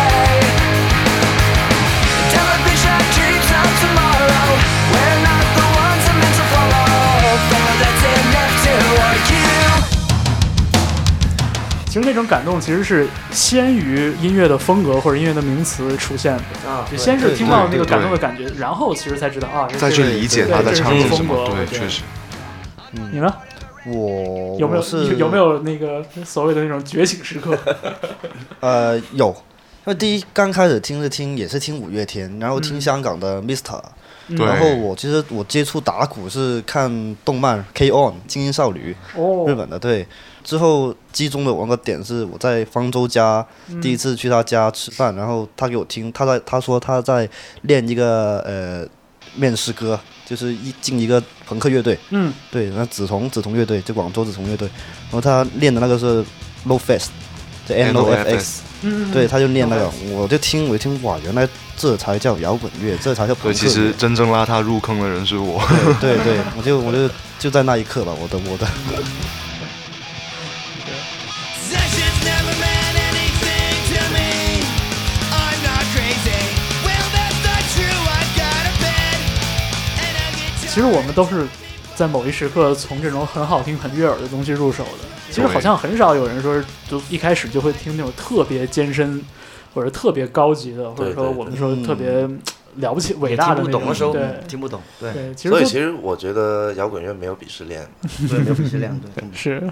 S7: Television dreams of tomorrow. We're not the ones I'm meant to follow. But that's enough to argue.
S1: 其实那种感动其实是先于音乐的风格或者音乐的名词出现的
S5: 啊
S1: 就先是听到那
S2: 对
S1: 个
S2: 对对
S1: 感动的感觉，然后其实才知道啊，这
S2: 再去
S1: 是
S2: 理解
S1: 对
S2: 他
S1: 这
S2: 在
S1: 是
S2: 唱
S1: 一种
S2: 什
S1: 风格
S2: 么，对，
S1: 对
S2: 确实。
S1: 你呢？
S3: 我
S1: 有没
S3: 我
S1: 有
S3: 是
S1: 有没有那个所谓的那种觉醒时刻？
S3: 呃有，因为第一刚开始听是听也是听五月天，然后听
S1: 嗯
S3: 香港的 Mister，、
S2: 对
S3: 然后我其实我接触打鼓是看动漫 K On 精英少女，
S1: 哦，
S3: 日本的对。之后击中的我那个点是我在方舟家第一次去他家吃饭，然后他给我听他在他说他在练一个呃面试歌，就是一进一个朋克乐队，
S1: 嗯，
S3: 对，那紫铜紫铜乐队就广州紫铜乐队，然后他练的那个是 Low Fest，这 N O F X。
S1: 嗯，嗯，
S3: 对，他就练那个，我就听，我就听，哇，原来这才叫摇滚乐，这才叫朋
S2: 对，
S3: 克
S2: 其实
S3: 乐。
S2: 真正拉他入坑的人是我。
S3: 对对，我就我就就在那一刻吧，我的我的。
S6: Possession's never meant anything to me. I'm not crazy. Well, that's not true. I've got a bed, and I get
S1: 其实我们都是在某一时刻从这种很好听、很悦耳的东西入手的。其实好像很少有人说是就一开始就会听那种特别艰深或者特别高级的，或者说
S4: 对对
S1: 我们说
S3: 对
S1: 特别了不起、伟
S5: 也
S1: 大
S5: 听
S1: 的
S5: 不
S1: 那
S5: 懂的时
S1: 种。
S5: 候嗯
S1: 对
S5: 听不懂，对，
S1: 对，其实
S4: 所以
S1: 都
S4: 其实我觉得摇滚乐没有鄙视链，
S5: 对，没有鄙视链， 对，听不懂
S1: 是，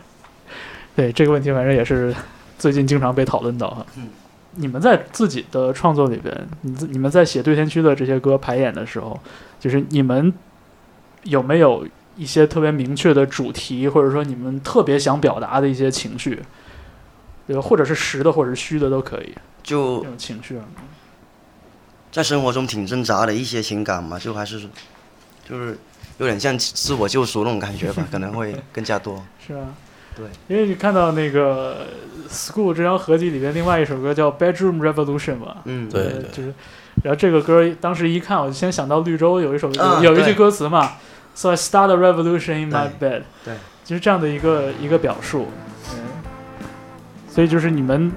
S1: 对这个问题，反正也是最近经常被讨论到哈。
S5: 嗯
S1: 你们在自己的创作里边，你自你们在写对天区的这些歌排演的时候，就是你们有没有一些特别明确的主题，或者说你们特别想表达的一些情绪，对吧？或者是实的，或者是虚的都可以，
S5: 就
S1: 这种情绪。啊
S5: 在生活中挺挣扎的一些情感嘛，就还是就是有点像自我救赎那种感觉吧，可能会更加多。
S1: 是啊，
S5: 对，
S1: 因为你看到那个《School》这张合集里边另外一首歌叫《Bedroom Revolution》嘛，
S5: 嗯，
S4: 对
S1: 呃就是，然后这个歌当时一看，我就先想到绿洲有一首、
S5: 啊
S1: 有有一句
S5: 对
S1: 歌词嘛，So I start a revolution in my
S5: 对
S1: bed，
S5: 对
S1: 就是这样的一个一个表述，嗯，所以就是你们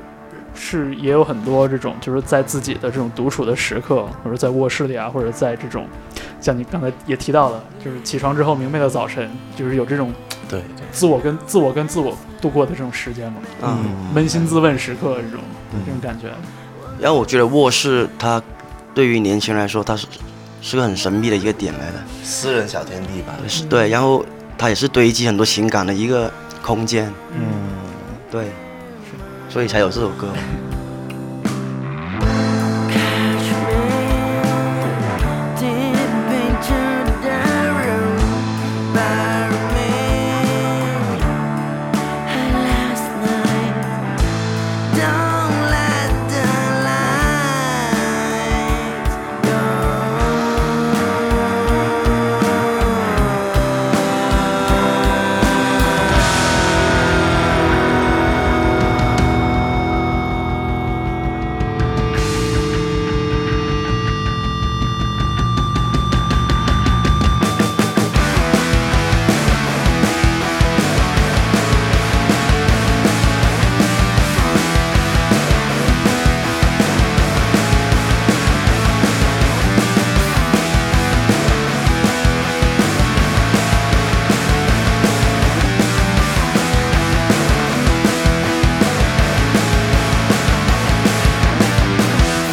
S1: 是也有很多这种，就是在自己的这种独处的时刻，或者在卧室里啊，或者在这种像你刚才也提到了，就是起床之后明媚的早晨，就是有这种
S4: 对，
S1: 自我跟自我跟自我度过的这种时间嘛，
S5: 嗯，
S1: 扪心自问时刻这种这种感觉，
S5: 然后我觉得卧室它对于年轻人来说，它是是个很神秘的一个点来的，
S4: 私人小天地吧。
S5: 是对，然后它也是堆积很多情感的一个空间，
S1: 嗯
S5: 对，所以才有这首 歌。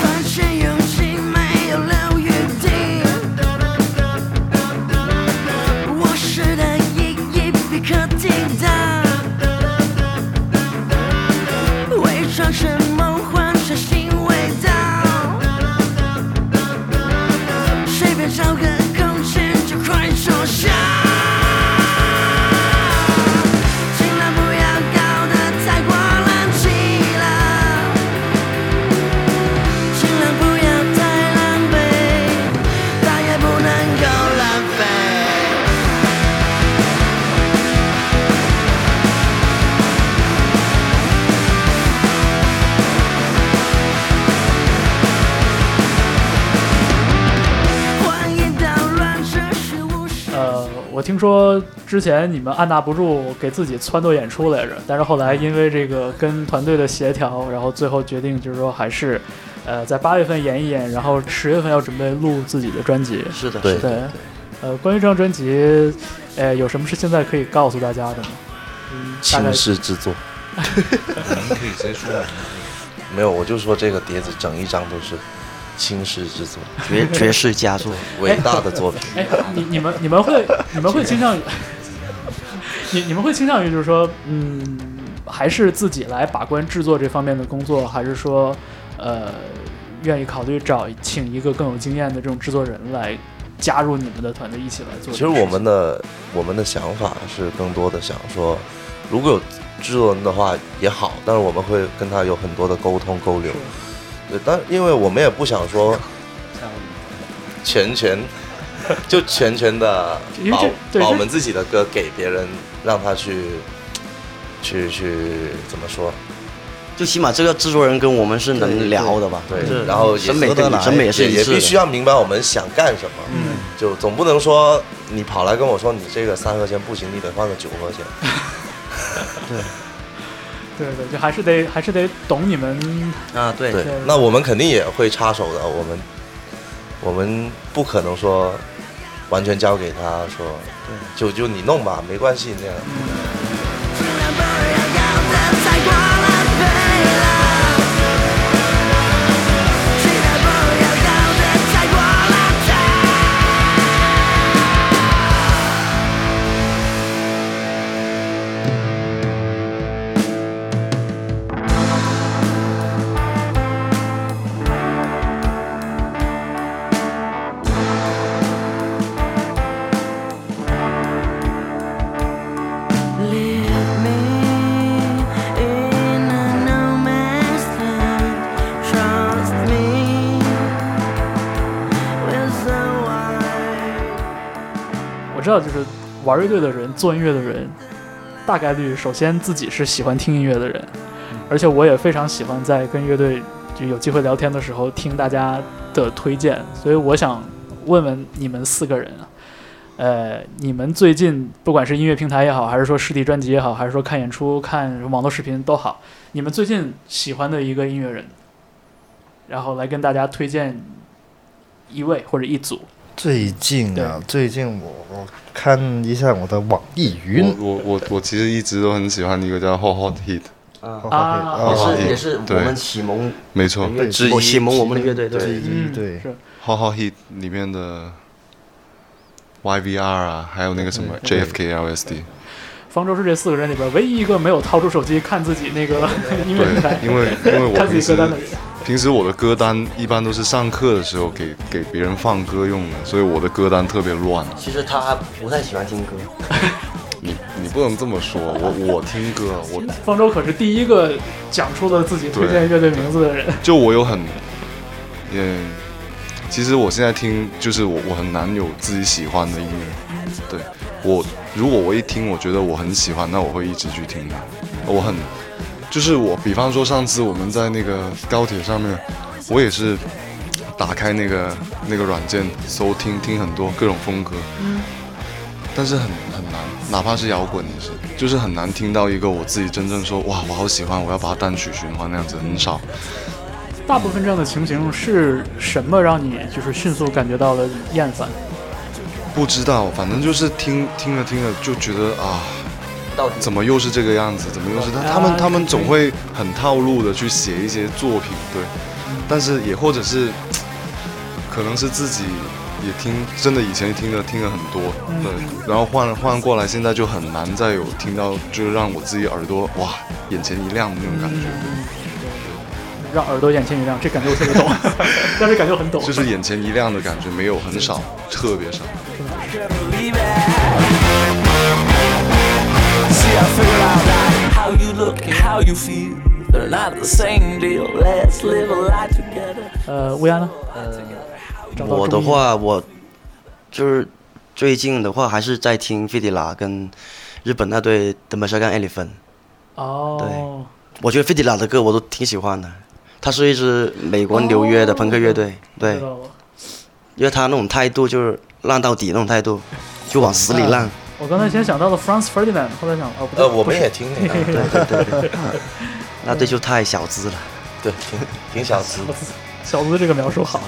S6: 放弃勇气，没有留余地。卧室的意义立刻抵达。伪装成梦幻，全新味道。随便找个空间就快坐下。尽量不要搞得太过冷清了。尽量不要太狼狈，但也不能够浪费。欢迎捣乱，这是无视。
S1: 呃，我听说之前你们按捺不住给自己撺掇演出来着，但是后来因为这个跟团队的协调，然后最后决定就是说还是，呃，在八月份演一演，然后十月份要准备录自己的专辑。
S5: 是的，
S4: 对
S5: 是的
S1: 呃，关于这张专辑，呃，有什么是现在可以告诉大家的吗？嗯，大概
S4: 轻视制作。
S2: 可以直接出来。
S4: 没有，我就说这个碟子整一张都是轻视之作，
S5: 绝绝世佳作。
S4: 伟大的 作品。
S1: 哎，你你们你们会你们会倾向于，你你们会倾向于就是说，嗯，还是自己来把关制作这方面的工作，还是说，呃，愿意考虑找请一个更有经验的这种制作人来加入你们的团队一起来做
S4: 其
S1: 这
S4: 实
S1: 个事情？
S4: 我们的我们的想法是更多的想说，如果有制作人的话也好，但是我们会跟他有很多的沟通沟流
S1: 是。
S4: 对，但因为我们也不想说全权，就全 权的
S1: 因为
S4: 把
S1: 这对
S4: 把
S1: 这
S4: 我们自己的歌给别人，让他去去去怎么说？
S5: 就起码这个制作人跟我们是能聊的吧？
S4: 对，然后也
S5: 审美
S4: 合得
S5: 跟
S4: 来
S5: 审美也是一
S4: 也
S5: 致
S4: 必须
S5: 的
S4: 要明白我们想干什么。嗯，就总不能说你跑来跟我说你这个三和弦不行，你得换个九和弦。
S1: 对对，就还是得还是得懂你们
S5: 啊，对
S4: 对
S1: 对，
S4: 那我们肯定也会插手的。我们我们不可能说完全交给他说，就就你弄吧，没关系那样。
S5: 嗯
S1: 我知道，就是玩乐队的人、做音乐的人，大概率首先自己是喜欢听音乐的人，而且我也非常喜欢在跟乐队就有机会聊天的时候听大家的推荐，所以我想问问你们四个人啊，呃，你们最近不管是音乐平台也好，还是说实体专辑也好，还是说看演出、看网络视频都好，你们最近喜欢的一个音乐人，然后来跟大家推荐一位或者一组，
S3: 最近啊，最近我我看一下我的网易云，
S2: 我我我我其实一直都很喜欢一个叫 Hot Hot Heat，
S5: 啊，
S1: 啊
S5: 也
S3: 哦
S2: 好
S5: 是
S2: 好
S5: 也是我
S2: 对
S5: 们启蒙
S2: 没错
S5: 乐队
S4: 之
S5: 我
S4: 一
S5: 启蒙我们的乐队，
S3: 之
S5: 对，
S3: 一对
S1: 是。
S2: ，Hot Hot Heat 里面的 YVR 啊，还有那个什么
S3: 对
S2: JFK LSD，
S1: 方舟是这四个人里边唯一一个没有掏出手机看自己那个音乐平台
S2: 对，，因为因为我
S1: 看自
S2: 平
S1: 己
S2: 时
S1: 歌单的人。
S2: 平时我的歌单一般都是上课的时候给给别人放歌用的，所以我的歌单特别乱。
S5: 其实他不太喜欢听歌，
S2: 你你不能这么说，我我听歌，我
S1: 方舟可是第一个讲出了自己推荐乐队名字的人。
S2: 就我有很，也，其实我现在听就是我我很难有自己喜欢的音乐，对我如果我一听我觉得我很喜欢，那我会一直去听它，我很就是我比方说上次我们在那个高铁上面，我也是打开那个那个软件搜听听很多各种风格，但是很很难，哪怕是摇滚也是，就是很难听到一个我自己真正说哇我好喜欢，我要把它单曲循环那样子很少。
S1: 大部分这样的情形是什么让你就是迅速感觉到了厌烦？
S2: 不知道，反正就是听听着听着就觉得啊，
S5: 到底
S2: 怎么又是这个样子？怎么又是他？他
S1: 啊
S2: 们他们总会很套路的去写一些作品，对。嗯但是也或者是，可能是自己也听，真的以前听了听了很多，对。然后换换过来，现在就很难再有听到，就是让我自己耳朵哇眼前一亮的那种感觉，
S1: 让耳朵眼前一亮，这感觉我特别懂，但是感觉很懂。
S2: 就是眼前一亮的感觉，没有很少，特别少。
S8: See, I figured out that how you look and how you feel, they're not the same deal. Let's live a life together.
S1: 呃，乌鸦呢？找到
S5: 我的
S1: 中意，
S5: 话，我就是最近的话还是在听费迪拉跟日本那队德玛莎干 Elephant。
S1: 哦，
S5: 我觉得费迪拉的歌我都挺喜欢的。他是一支美国纽约的朋克乐队，对
S1: 知，道了。
S5: 因为他那种态度就是浪到底那种态度，就往死里浪。
S1: 我刚才先想到了 Franz Ferdinand，后来想哦，不对
S4: 呃，我们也听那个，
S5: 对对对对，那队就太小资了。
S4: 对，挺挺小资的。
S1: 小子这个描述好。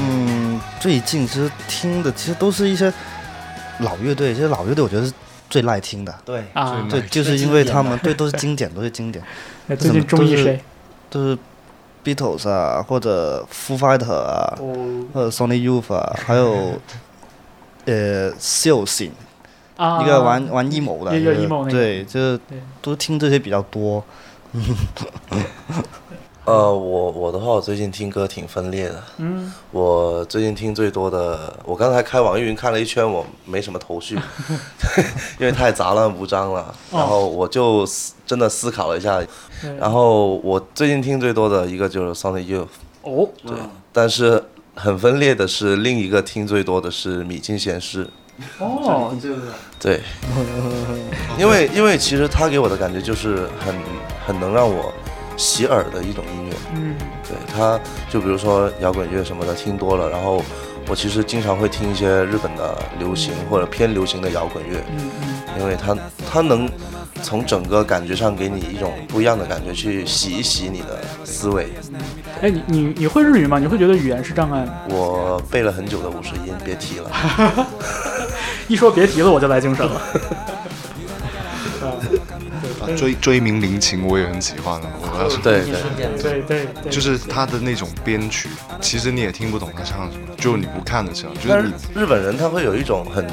S3: 嗯，最近其实听的其实都是一些老乐队，其实老乐队我觉得是最耐听的，
S5: 对，
S1: 啊，
S2: 哎
S3: 对，就是因为他们对都是经典，都是经典，
S1: 哎最近中意谁？
S3: 就是 Beatles 啊，或者 Foo Fighter 啊，
S1: 哦
S3: 或者 Sony Youth 啊，还有呃 Seal 信，
S1: 啊，
S3: 一个玩玩 emo 的，
S1: 一个
S3: 就是
S1: emo 那个
S3: 对，就是
S1: 对
S3: 都听这些比较多。
S4: 呃，我我的话，我最近听歌挺分裂的。
S1: 嗯
S4: 我最近听最多的，我刚才开网易云看了一圈，我没什么头绪，因为太杂乱无章了。然后我就思真的思考了一下，
S1: 对
S4: 然后我最近听最多的一个就是 Sonic Youth，
S1: 哦
S4: 对，但是很分裂的是另一个听最多的是米津玄师，
S1: 哦，
S4: 对，因为因为其实他给我的感觉就是很很能让我洗耳的一种音乐，
S1: 嗯
S4: 对他就比如说摇滚乐什么的听多了，然后我其实经常会听一些日本的流行或者偏流行的摇滚乐，
S1: 嗯嗯，
S4: 因为它它能从整个感觉上给你一种不一样的感觉，去洗一洗你的思维。
S1: 哎，你你你会日语吗？你会觉得语言是障碍吗？
S4: 我背了很久的五十音，别提了。
S1: 一说别提了，我就来精神了。啊
S2: 啊追追名林琴我也很喜欢的，啊我要是
S4: 对对，
S1: 对对对，
S2: 就是他的那种编曲，其实你也听不懂他唱什么，就你不看的时候，就
S4: 但
S2: 是
S4: 是
S2: 你
S4: 日本人他会有一种很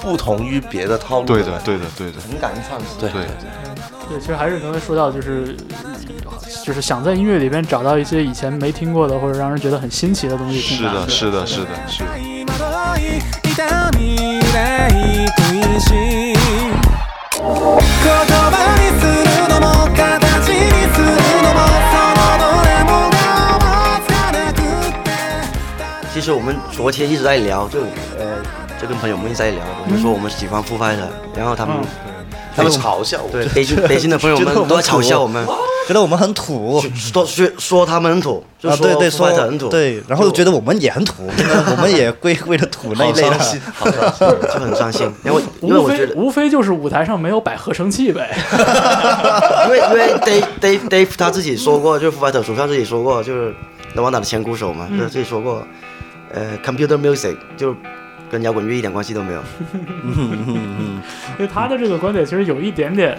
S4: 不同于别的套路。
S2: 对的，对的，对的，
S5: 很敢创新。
S4: 对
S2: 对。
S1: 对，其实还是刚才说到，就是就是想在音乐里边找到一些以前没听过的，或者让人觉得很新奇的东西
S2: 是
S1: 听吧。
S2: 的，是的，是的，是的。
S6: 今どい痛みない食いしん言葉にするのも形にするのもそのどれもが思いつかなくって
S5: 其实我们昨天一直在聊，就呃，就跟朋友们一直在聊，我们说我们喜欢复拍的，然后他们、
S4: 他们嘲笑我。
S5: 对北京北京的朋友
S3: 觉得我
S5: 们
S3: 们
S5: 都在嘲笑
S3: 土
S5: 我们，
S3: 觉得我们很土
S5: 说说说他们很土，就
S3: 啊，对对，
S5: 说
S3: 说
S5: 复拍的很土，
S3: 对，然后觉得我们也很土，我们也 归为了土那一
S4: 好
S3: 类
S4: 伤心
S5: 啊
S3: 的。，
S4: 好伤心。
S5: 就很伤心。因为因为
S1: 无
S5: 我觉
S1: 非
S5: 得，
S1: 无非就是舞台上没有摆合成器呗。
S5: 因为因为 Dave Dave Dave 他自己说过，就是 f i g h t e r 主唱自己说过，就是罗旺达的前鼓手嘛，
S1: 嗯
S5: 就自己说过，呃，computer music 就跟摇滚乐一点关系都没有。
S1: 因为他的这个观点其实有一点点，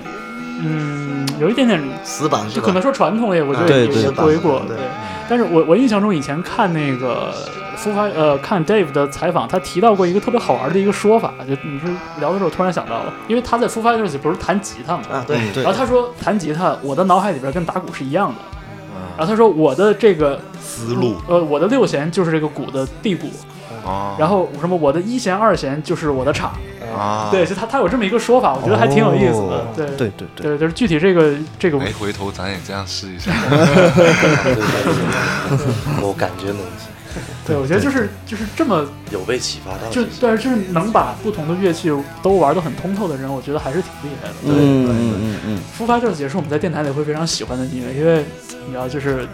S1: 嗯，有一点点，
S5: 死板是
S1: 就
S5: 吧？
S1: 可能说传统也，我觉
S5: 啊
S1: 得
S5: 对
S1: 也
S5: 对
S1: 也归过。
S5: 对
S1: 对，但是我我印象中以前看那个复发呃看 Dave 的采访，他提到过一个特别好玩的一个说法，就你是聊的时候突然想到了，因为他在复发的时候不是弹吉他嘛，
S5: 啊，对，
S3: 对
S1: 然后他说弹吉他，我的脑海里边跟打鼓是一样的。然后他说我的这个
S2: 思路
S1: 呃我的六弦就是这个鼓的地鼓，
S2: 啊，
S1: 然后什么我的一弦二弦就是我的镲，
S2: 啊，
S1: 对，，就他他有这么一个说法，我觉得还挺有意思的
S3: 哦。
S1: 对
S3: 对对对，
S1: 对，就是具体这个这个
S2: 哎，回头咱也这样试 一下。
S4: 对对对，我感觉能
S1: 对，我觉得就是就是这么
S4: 有被启发到。
S1: 就对，就是能把不同的乐器都玩得很通透的人，我觉得还是挺厉害的。
S3: 嗯嗯嗯嗯，
S1: f o o Fighters 也是我们在电台里会非常喜欢的音乐，因为你知道就是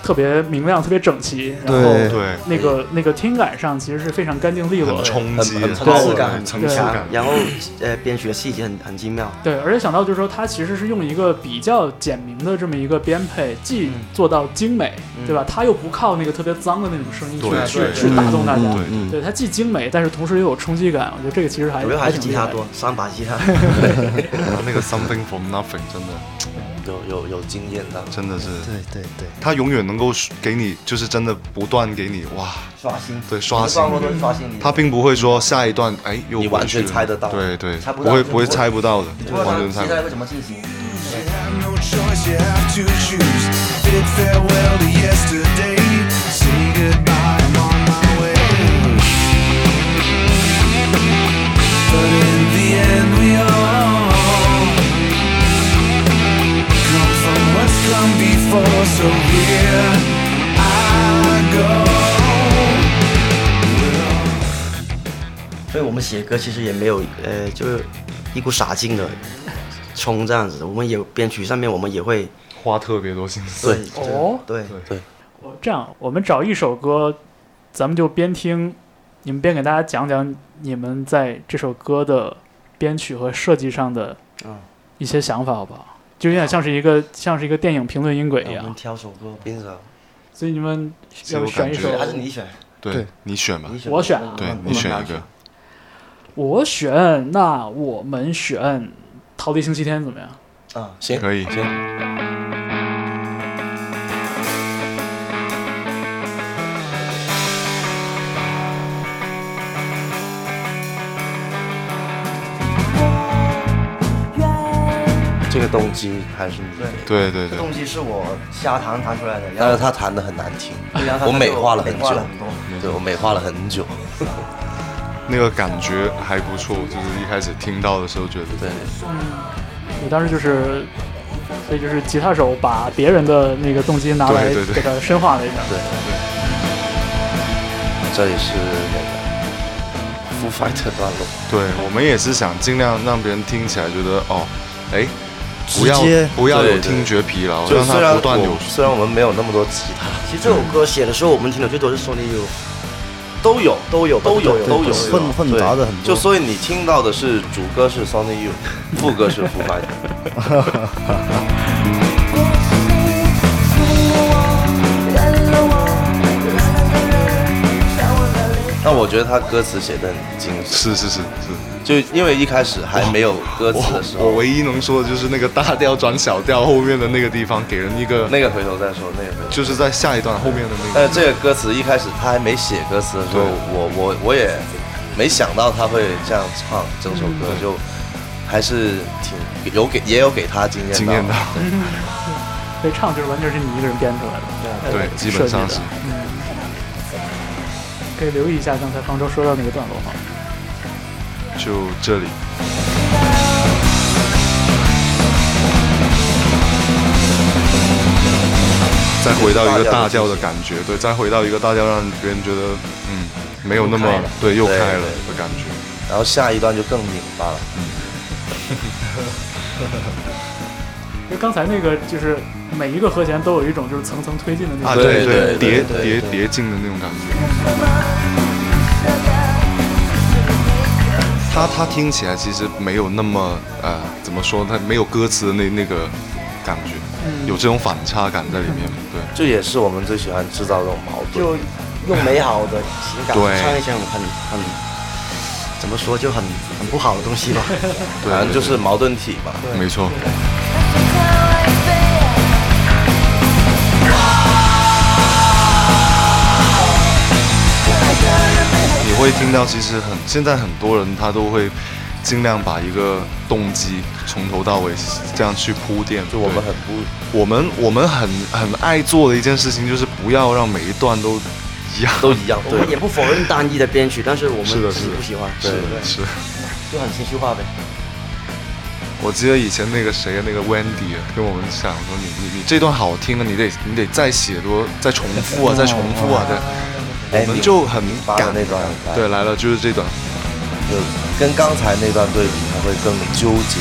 S1: 特别明亮、特别整齐，然后
S3: 对
S2: 对，
S1: 那个那个听感上其实是非常干净利落
S2: 很
S1: 的。
S2: 冲击，
S4: 很很
S2: 很对
S5: 层次感很
S2: 层次
S5: 强
S2: 感，，
S5: 啊然后呃，编曲的细节很很精妙。
S1: 对，而且想到就是说，它其实是用一个比较简明的这么一个编配，既做到精美，
S3: 嗯
S1: 对吧？它又不靠那个特别脏的那种声音去
S2: 对对
S1: 去去打动大家。
S2: 对
S3: 嗯
S1: 对，它既精美，但是同时又有冲击感。我觉得这个其实还
S5: 主要还是
S1: 挺
S5: 吉
S1: 厉害
S5: 他
S1: 的
S5: 多，三把吉他。
S2: 他那个 something from nothing 真的
S4: 有有有经验到。
S2: 真的是，
S3: 对对对，
S2: 他永远能够给你，就是真的不断给你哇，
S5: 刷新，
S2: 对刷新。
S5: 过都是刷新你
S2: 他并不会说下一段，哎，又
S4: 你
S2: 回
S4: 完
S2: 去
S4: 全
S2: 了
S4: 猜得到
S2: 对对，
S5: 猜不
S2: 不
S5: 到
S2: 会
S5: 就
S2: 不会
S5: 不会
S2: 猜不到的，完全猜不到。
S5: 会怎么进行？
S6: No choice, you have to choose. Bid farewell to yesterday. Say goodbye, I'm on my way. But in the end, we all come from what's come before. So here I go.
S5: 所以我们写歌其实也没有，呃，就是一股傻劲的冲这样子。我们也编曲上面我们也会，
S2: 花特别多心思。
S4: 对
S1: 哦。
S5: 对，
S1: 我这样，我们找一首歌，咱们就边听，你们边给大家讲讲你们在这首歌的编曲和设计上的
S2: 啊
S5: 嗯
S1: 一些想法，好不好？就有点像是一个像是一个电影评论音
S2: 啊
S1: 轨一
S5: 我们
S1: 样，
S5: 挑首歌，
S4: 冰手，
S1: 所以你们
S2: 其实
S1: 要
S2: 我
S1: 选
S2: 感
S1: 一
S2: 觉
S1: 首，
S5: 还是你选，
S2: 对
S3: 对
S2: 你选吧
S5: 你，选，
S1: 我选啊
S2: 对你选一个。
S1: 我选，那我们选《逃离星期天》怎么样？
S5: 啊，
S4: 行
S2: 可以
S4: 行，
S6: 我
S4: 动机还是你，
S2: 对对
S5: 这
S2: 对，
S5: 东西是我瞎弹弹出来的，
S4: 但
S5: 然
S4: 是
S5: 后
S4: 他弹的很难听
S5: 然后，他
S4: 我美化了
S5: 美
S4: 很
S5: 化
S4: 久
S5: 了很多，
S4: 对我美化了很久，
S2: 那个感觉还不错，就是一开始听到的时候觉得
S4: 对，
S1: 你当时就是，所以就是吉他手把别人的那个动机拿来
S2: 对对对
S1: 给它深化了一下。
S4: 这里是那个 Foo Fighter 段落，
S2: 对，我们也是想尽量让别人听起来觉得哦，哎，不
S3: 直
S2: 要
S3: 接
S2: 不要有
S4: 对对
S2: 听觉疲劳，
S4: 就
S2: 让
S4: 虽然
S2: 它不断有
S4: 我虽然我们没有那么多吉他，
S5: 其实这首歌写的时候，我们听的最多是 Sony U，
S4: 都有
S5: 都有
S4: 都有都有
S3: 混混杂的很多
S4: 就所以你听到的是主歌是 Sony You，副 歌是 Foo Fighter。那我觉得他歌词写的很精致，
S2: 是是 是是，
S4: 就因为一开始还没有歌词的时
S2: 我我
S4: 候，
S2: 唯一能说的就是那个大调转小调后面的那个地方，给人一个
S4: 那个回头再说，那个回头。
S2: 就是在下一段后面的那个，
S4: 但是呃这个歌词一开始他还没写歌词的时候，
S2: 对
S4: 我我我也没想到他会这样唱整首歌，
S2: 嗯
S4: 就还是挺有给也有给他惊艳到
S2: 惊艳到
S1: 所以唱就是完全是你一个人编出来的，
S2: 对，基本上
S1: 设计
S2: 是
S1: 的。可以留意一下刚才方舟说到那个段落哈。
S2: 就这里。再回到一个大调的感觉，对，再回到一个大调，让别人觉得嗯，没有那么
S4: 又开了
S2: 对，又
S4: 对
S2: 开
S4: 对
S2: 了的感觉。
S4: 然后下一段就更拧巴了。
S1: 因为刚才那个就是每一个和弦都有一种就是层层推进的那
S2: 啊，
S1: 种，
S2: 对
S4: 对对
S2: 叠
S4: 对
S2: 叠
S4: 对
S2: 叠进的那种感觉。它它听起来其实没有那么呃，怎么说？它没有歌词的那那个感觉，
S4: 嗯
S2: 有这种反差感在里面。对，
S4: 这也是我们最喜欢制造这种矛盾。
S5: 就用美好的情感
S2: 对
S5: 唱一些很很很怎么说就很很不好的东 西吧。
S2: 对
S4: 反正就是矛盾体嘛。
S2: 没错。你会听到，其实很现在很多人他都会尽量把一个动机从头到尾这样去铺垫。
S4: 就我们
S2: 对
S4: 很不
S2: 我们我们很很爱做的一件事情，就是不要让每一段都一样。
S4: 都一样，
S5: 我
S4: 对
S5: 们也不否认单一的编曲，但是我们
S2: 是的
S5: 自己
S2: 是的
S5: 不喜欢，
S2: 是
S5: 对
S2: 的，是的。
S5: 就很情绪化呗。
S2: 我记得以前那个谁，那个 Wendy 啊跟我们讲说你，你你这段好听啊，你得你得再写多，再重复啊，再重复啊，对，
S4: 哎
S2: 我们
S4: 你
S2: 就很
S4: 发的
S2: 感
S4: 那段来
S2: 对，来了就是这段，
S4: 就跟刚才那段对比，它会更纠结。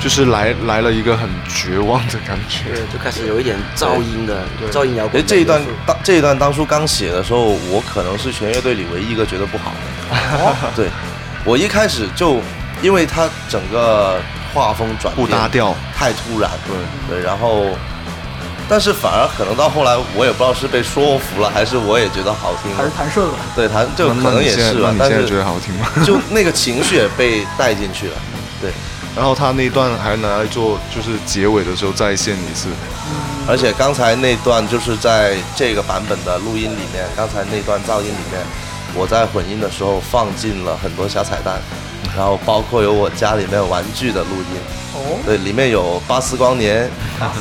S2: 就是来来了一个很绝望的感觉，
S5: 对，就开始有一点噪音的噪音摇
S4: 哎，
S5: 滚的元素。
S4: 这一段当这一段当初刚写的时候，我可能是全乐队里唯一一个觉得不好
S2: 哦
S4: 的。对，我一开始就因为它整个画风转
S2: 不
S4: 变
S2: 搭调，
S4: 太突然，
S2: 对
S4: 对，然后。但是反而可能到后来，我也不知道是被说服了，还是我也觉得好听
S1: 还是
S4: 了。
S1: 弹顺了。
S4: 对，他就可
S2: 那那
S4: 能
S2: 你
S4: 也
S2: 现在
S4: 是
S2: 那
S4: 吧
S2: 你，
S4: 但
S2: 现在觉得
S4: 是
S2: 好听吗？
S4: 就那个情绪也被带进去了。对，
S2: 然后他那段还拿来做，就是结尾的时候再现一次，
S4: 而且刚才那段就是在这个版本的录音里面，刚才那段噪音里面，我在混音的时候放进了很多小彩蛋，然后包括有我家里面玩具的录音，
S1: 哦，
S4: 对，里面有巴斯光年，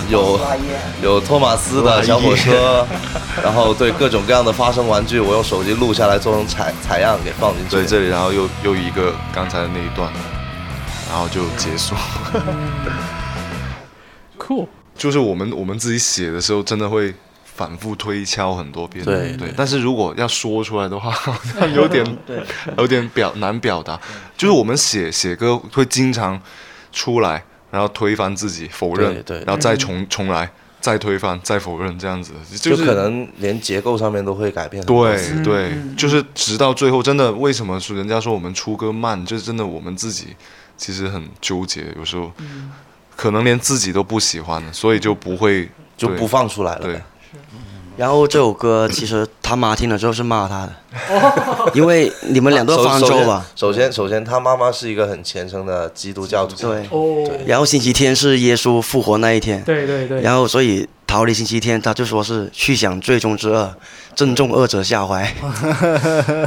S4: 有 有托马斯的小火车，然后对各种各样的发声玩具，我用手机录下来做成采采样给放进去。
S2: 对，这里然后又又一个刚才的那一段，然后就结束。
S1: 酷，
S2: 就是我们我们自己写的时候，真的会反复推敲很多遍。
S4: 对
S2: 对，但是如果要说出来的话， 好像有点 有点表难表达。就是我们写写歌会经常出来，然后推翻自己，否认，
S4: 对对
S2: 然后再重重来，再推翻，再否认，这样子
S4: 就是可能连结构上面都会改变很多。
S2: 对对，就是直到最后，真的为什么说人家说我们出歌慢，就是真的我们自己其实很纠结，有时候可能连自己都不喜欢了，所以就不会
S4: 就
S2: 对
S4: 不放出来了
S2: 对
S4: 呗。。
S5: 然后这首歌其实他妈听了之后是骂他的，
S4: 哦
S5: 因为你们俩都是方舟吧？
S4: 首首先，首先他妈妈是一个很虔诚的基督教徒，
S5: 对。
S1: 哦，
S5: 然后星期天是耶稣复活那一天，
S1: 对对对，
S5: 然后所以逃离星期天，他就说是去想最终之恶，正中二者 下怀。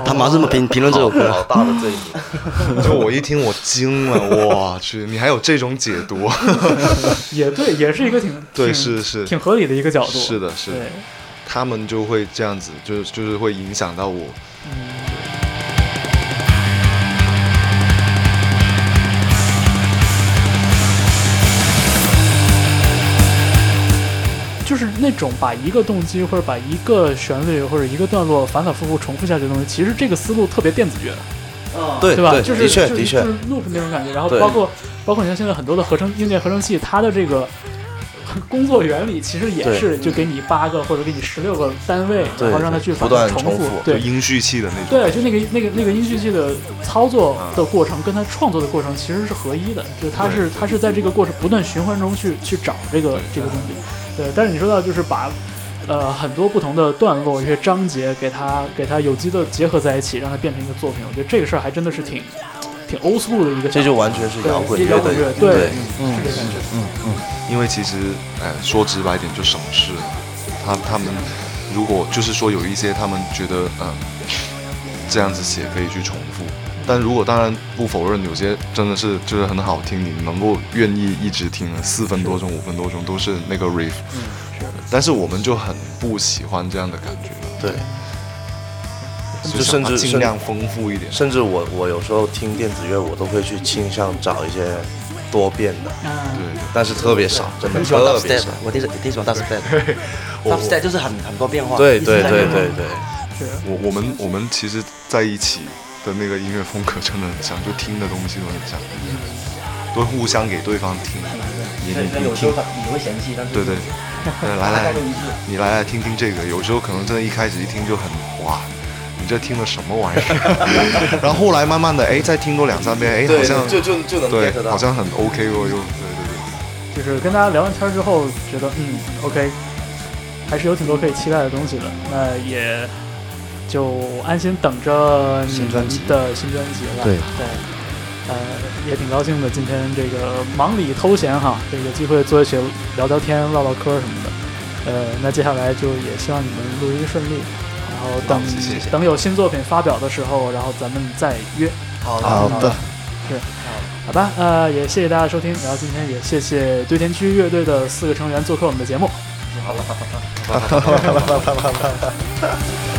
S5: 他妈这么评评论这首歌，
S4: 好大的罪名。
S2: 就我一听我惊了，我去，你还有这种解读？
S1: 也对，也是一个挺
S2: 对，
S1: 挺
S2: 是是
S1: 挺合理的一个角度。 啊
S2: 是的，是的
S1: 对，，
S2: 他们就会这样子，就就是会影响到我。
S1: 就是那种把一个动机或者把一个旋律或者一个段落反反复复重复下去的东西，其实这个思路特别电子乐，
S4: 对
S1: 对吧？就是
S4: 的确
S1: 就是
S4: 的确
S1: 就是 loop 那种感觉，然后
S4: 对
S1: 包括包括你像现在很多的合成硬件合成器，它的这个 工作原理其实也
S4: 对
S1: 是就给你八个或者给你十六个单位，
S4: 对
S1: 然后让它去
S4: 不
S1: 反
S4: 断
S1: 复
S4: 重
S1: 复
S4: 复，
S2: 就
S1: 对。
S2: 音序器的那种。
S1: 对，就那个那个那个音序剧的操作
S4: 啊
S1: 的过程，跟它创作的过程其实是合一的，就是它是它是在这个过程不断循环中去去找这个这个东西。对，但是你说到就是把呃很多不同的段落、一些章节给它给它有机的结合在一起，让它变成一个作品，我觉得这个事儿还真的是挺挺 old school 的一个想法，
S4: 这就完全是
S1: 对
S4: 摇滚
S1: 摇
S4: 乐嗯
S1: 滚
S4: 的
S1: 乐，
S4: 对，
S1: 是这个感觉。
S2: 因为其实，呃，说直白一点，就省事了。他他们如果就是说有一些他们觉得，嗯、这样子写可以去重复。但如果当然不否认，有些真的是就是很好听，你能够愿意一直听了四分多钟、五分多钟都是那个 riff，、但
S1: 嗯
S2: 是我们就很不喜欢这样的感觉了，
S4: 对，
S2: 就
S4: 就
S2: 想
S4: 甚
S2: 它
S4: 至
S2: 尽
S4: 甚
S2: 量丰富一点。
S4: 甚至我我有时候听电子乐，我都会去倾向找一些多变的，
S2: 对，
S1: 嗯，
S4: 但是特别少，真的
S5: 很喜欢
S4: 特别
S5: dubstep，
S4: 少。
S5: 我挺喜挺喜 欢 dubstep，dubstep 就是很很多变化。
S4: 对
S5: 一直
S4: 对
S5: 在
S4: 对
S5: 变化
S4: 对对，
S2: 我我们我们其实在一起的那个音乐风格真的很像，就听的东西都很像，都互相给对方听。你你你听，
S5: 你会嫌弃，但
S2: 对对，呃来来，你来来听听这个，有时候可能真的一开始一听就很哇。你这听的什么玩意儿？然后后来慢慢的，哎，再听过两三遍，哎，好像
S4: 就就就能 get
S2: 对，
S4: 到
S2: 好。像很 OK 哦，又
S1: 就
S2: 对
S1: 是跟大家聊完天儿之后，觉得嗯，OK，还是有挺多可以期待的东西的。那也就安心等着你
S3: 新
S1: 们
S3: 专辑
S1: 的新专辑了。
S3: 对
S1: 呃，也挺高兴的，今天这个忙里偷闲哈，这个机会坐一起聊聊天、唠唠嗑什么的。呃，那接下来就也希望你们录音顺利，然后等
S2: 好谢谢谢谢
S1: 等有新作品发表的时候，然后咱们再约。
S5: 好的
S3: 好的，
S1: 好吧，呃，也谢谢大家收听，然后今天也谢谢堆填区乐队的四个成员做客我们的节目。
S2: 对对。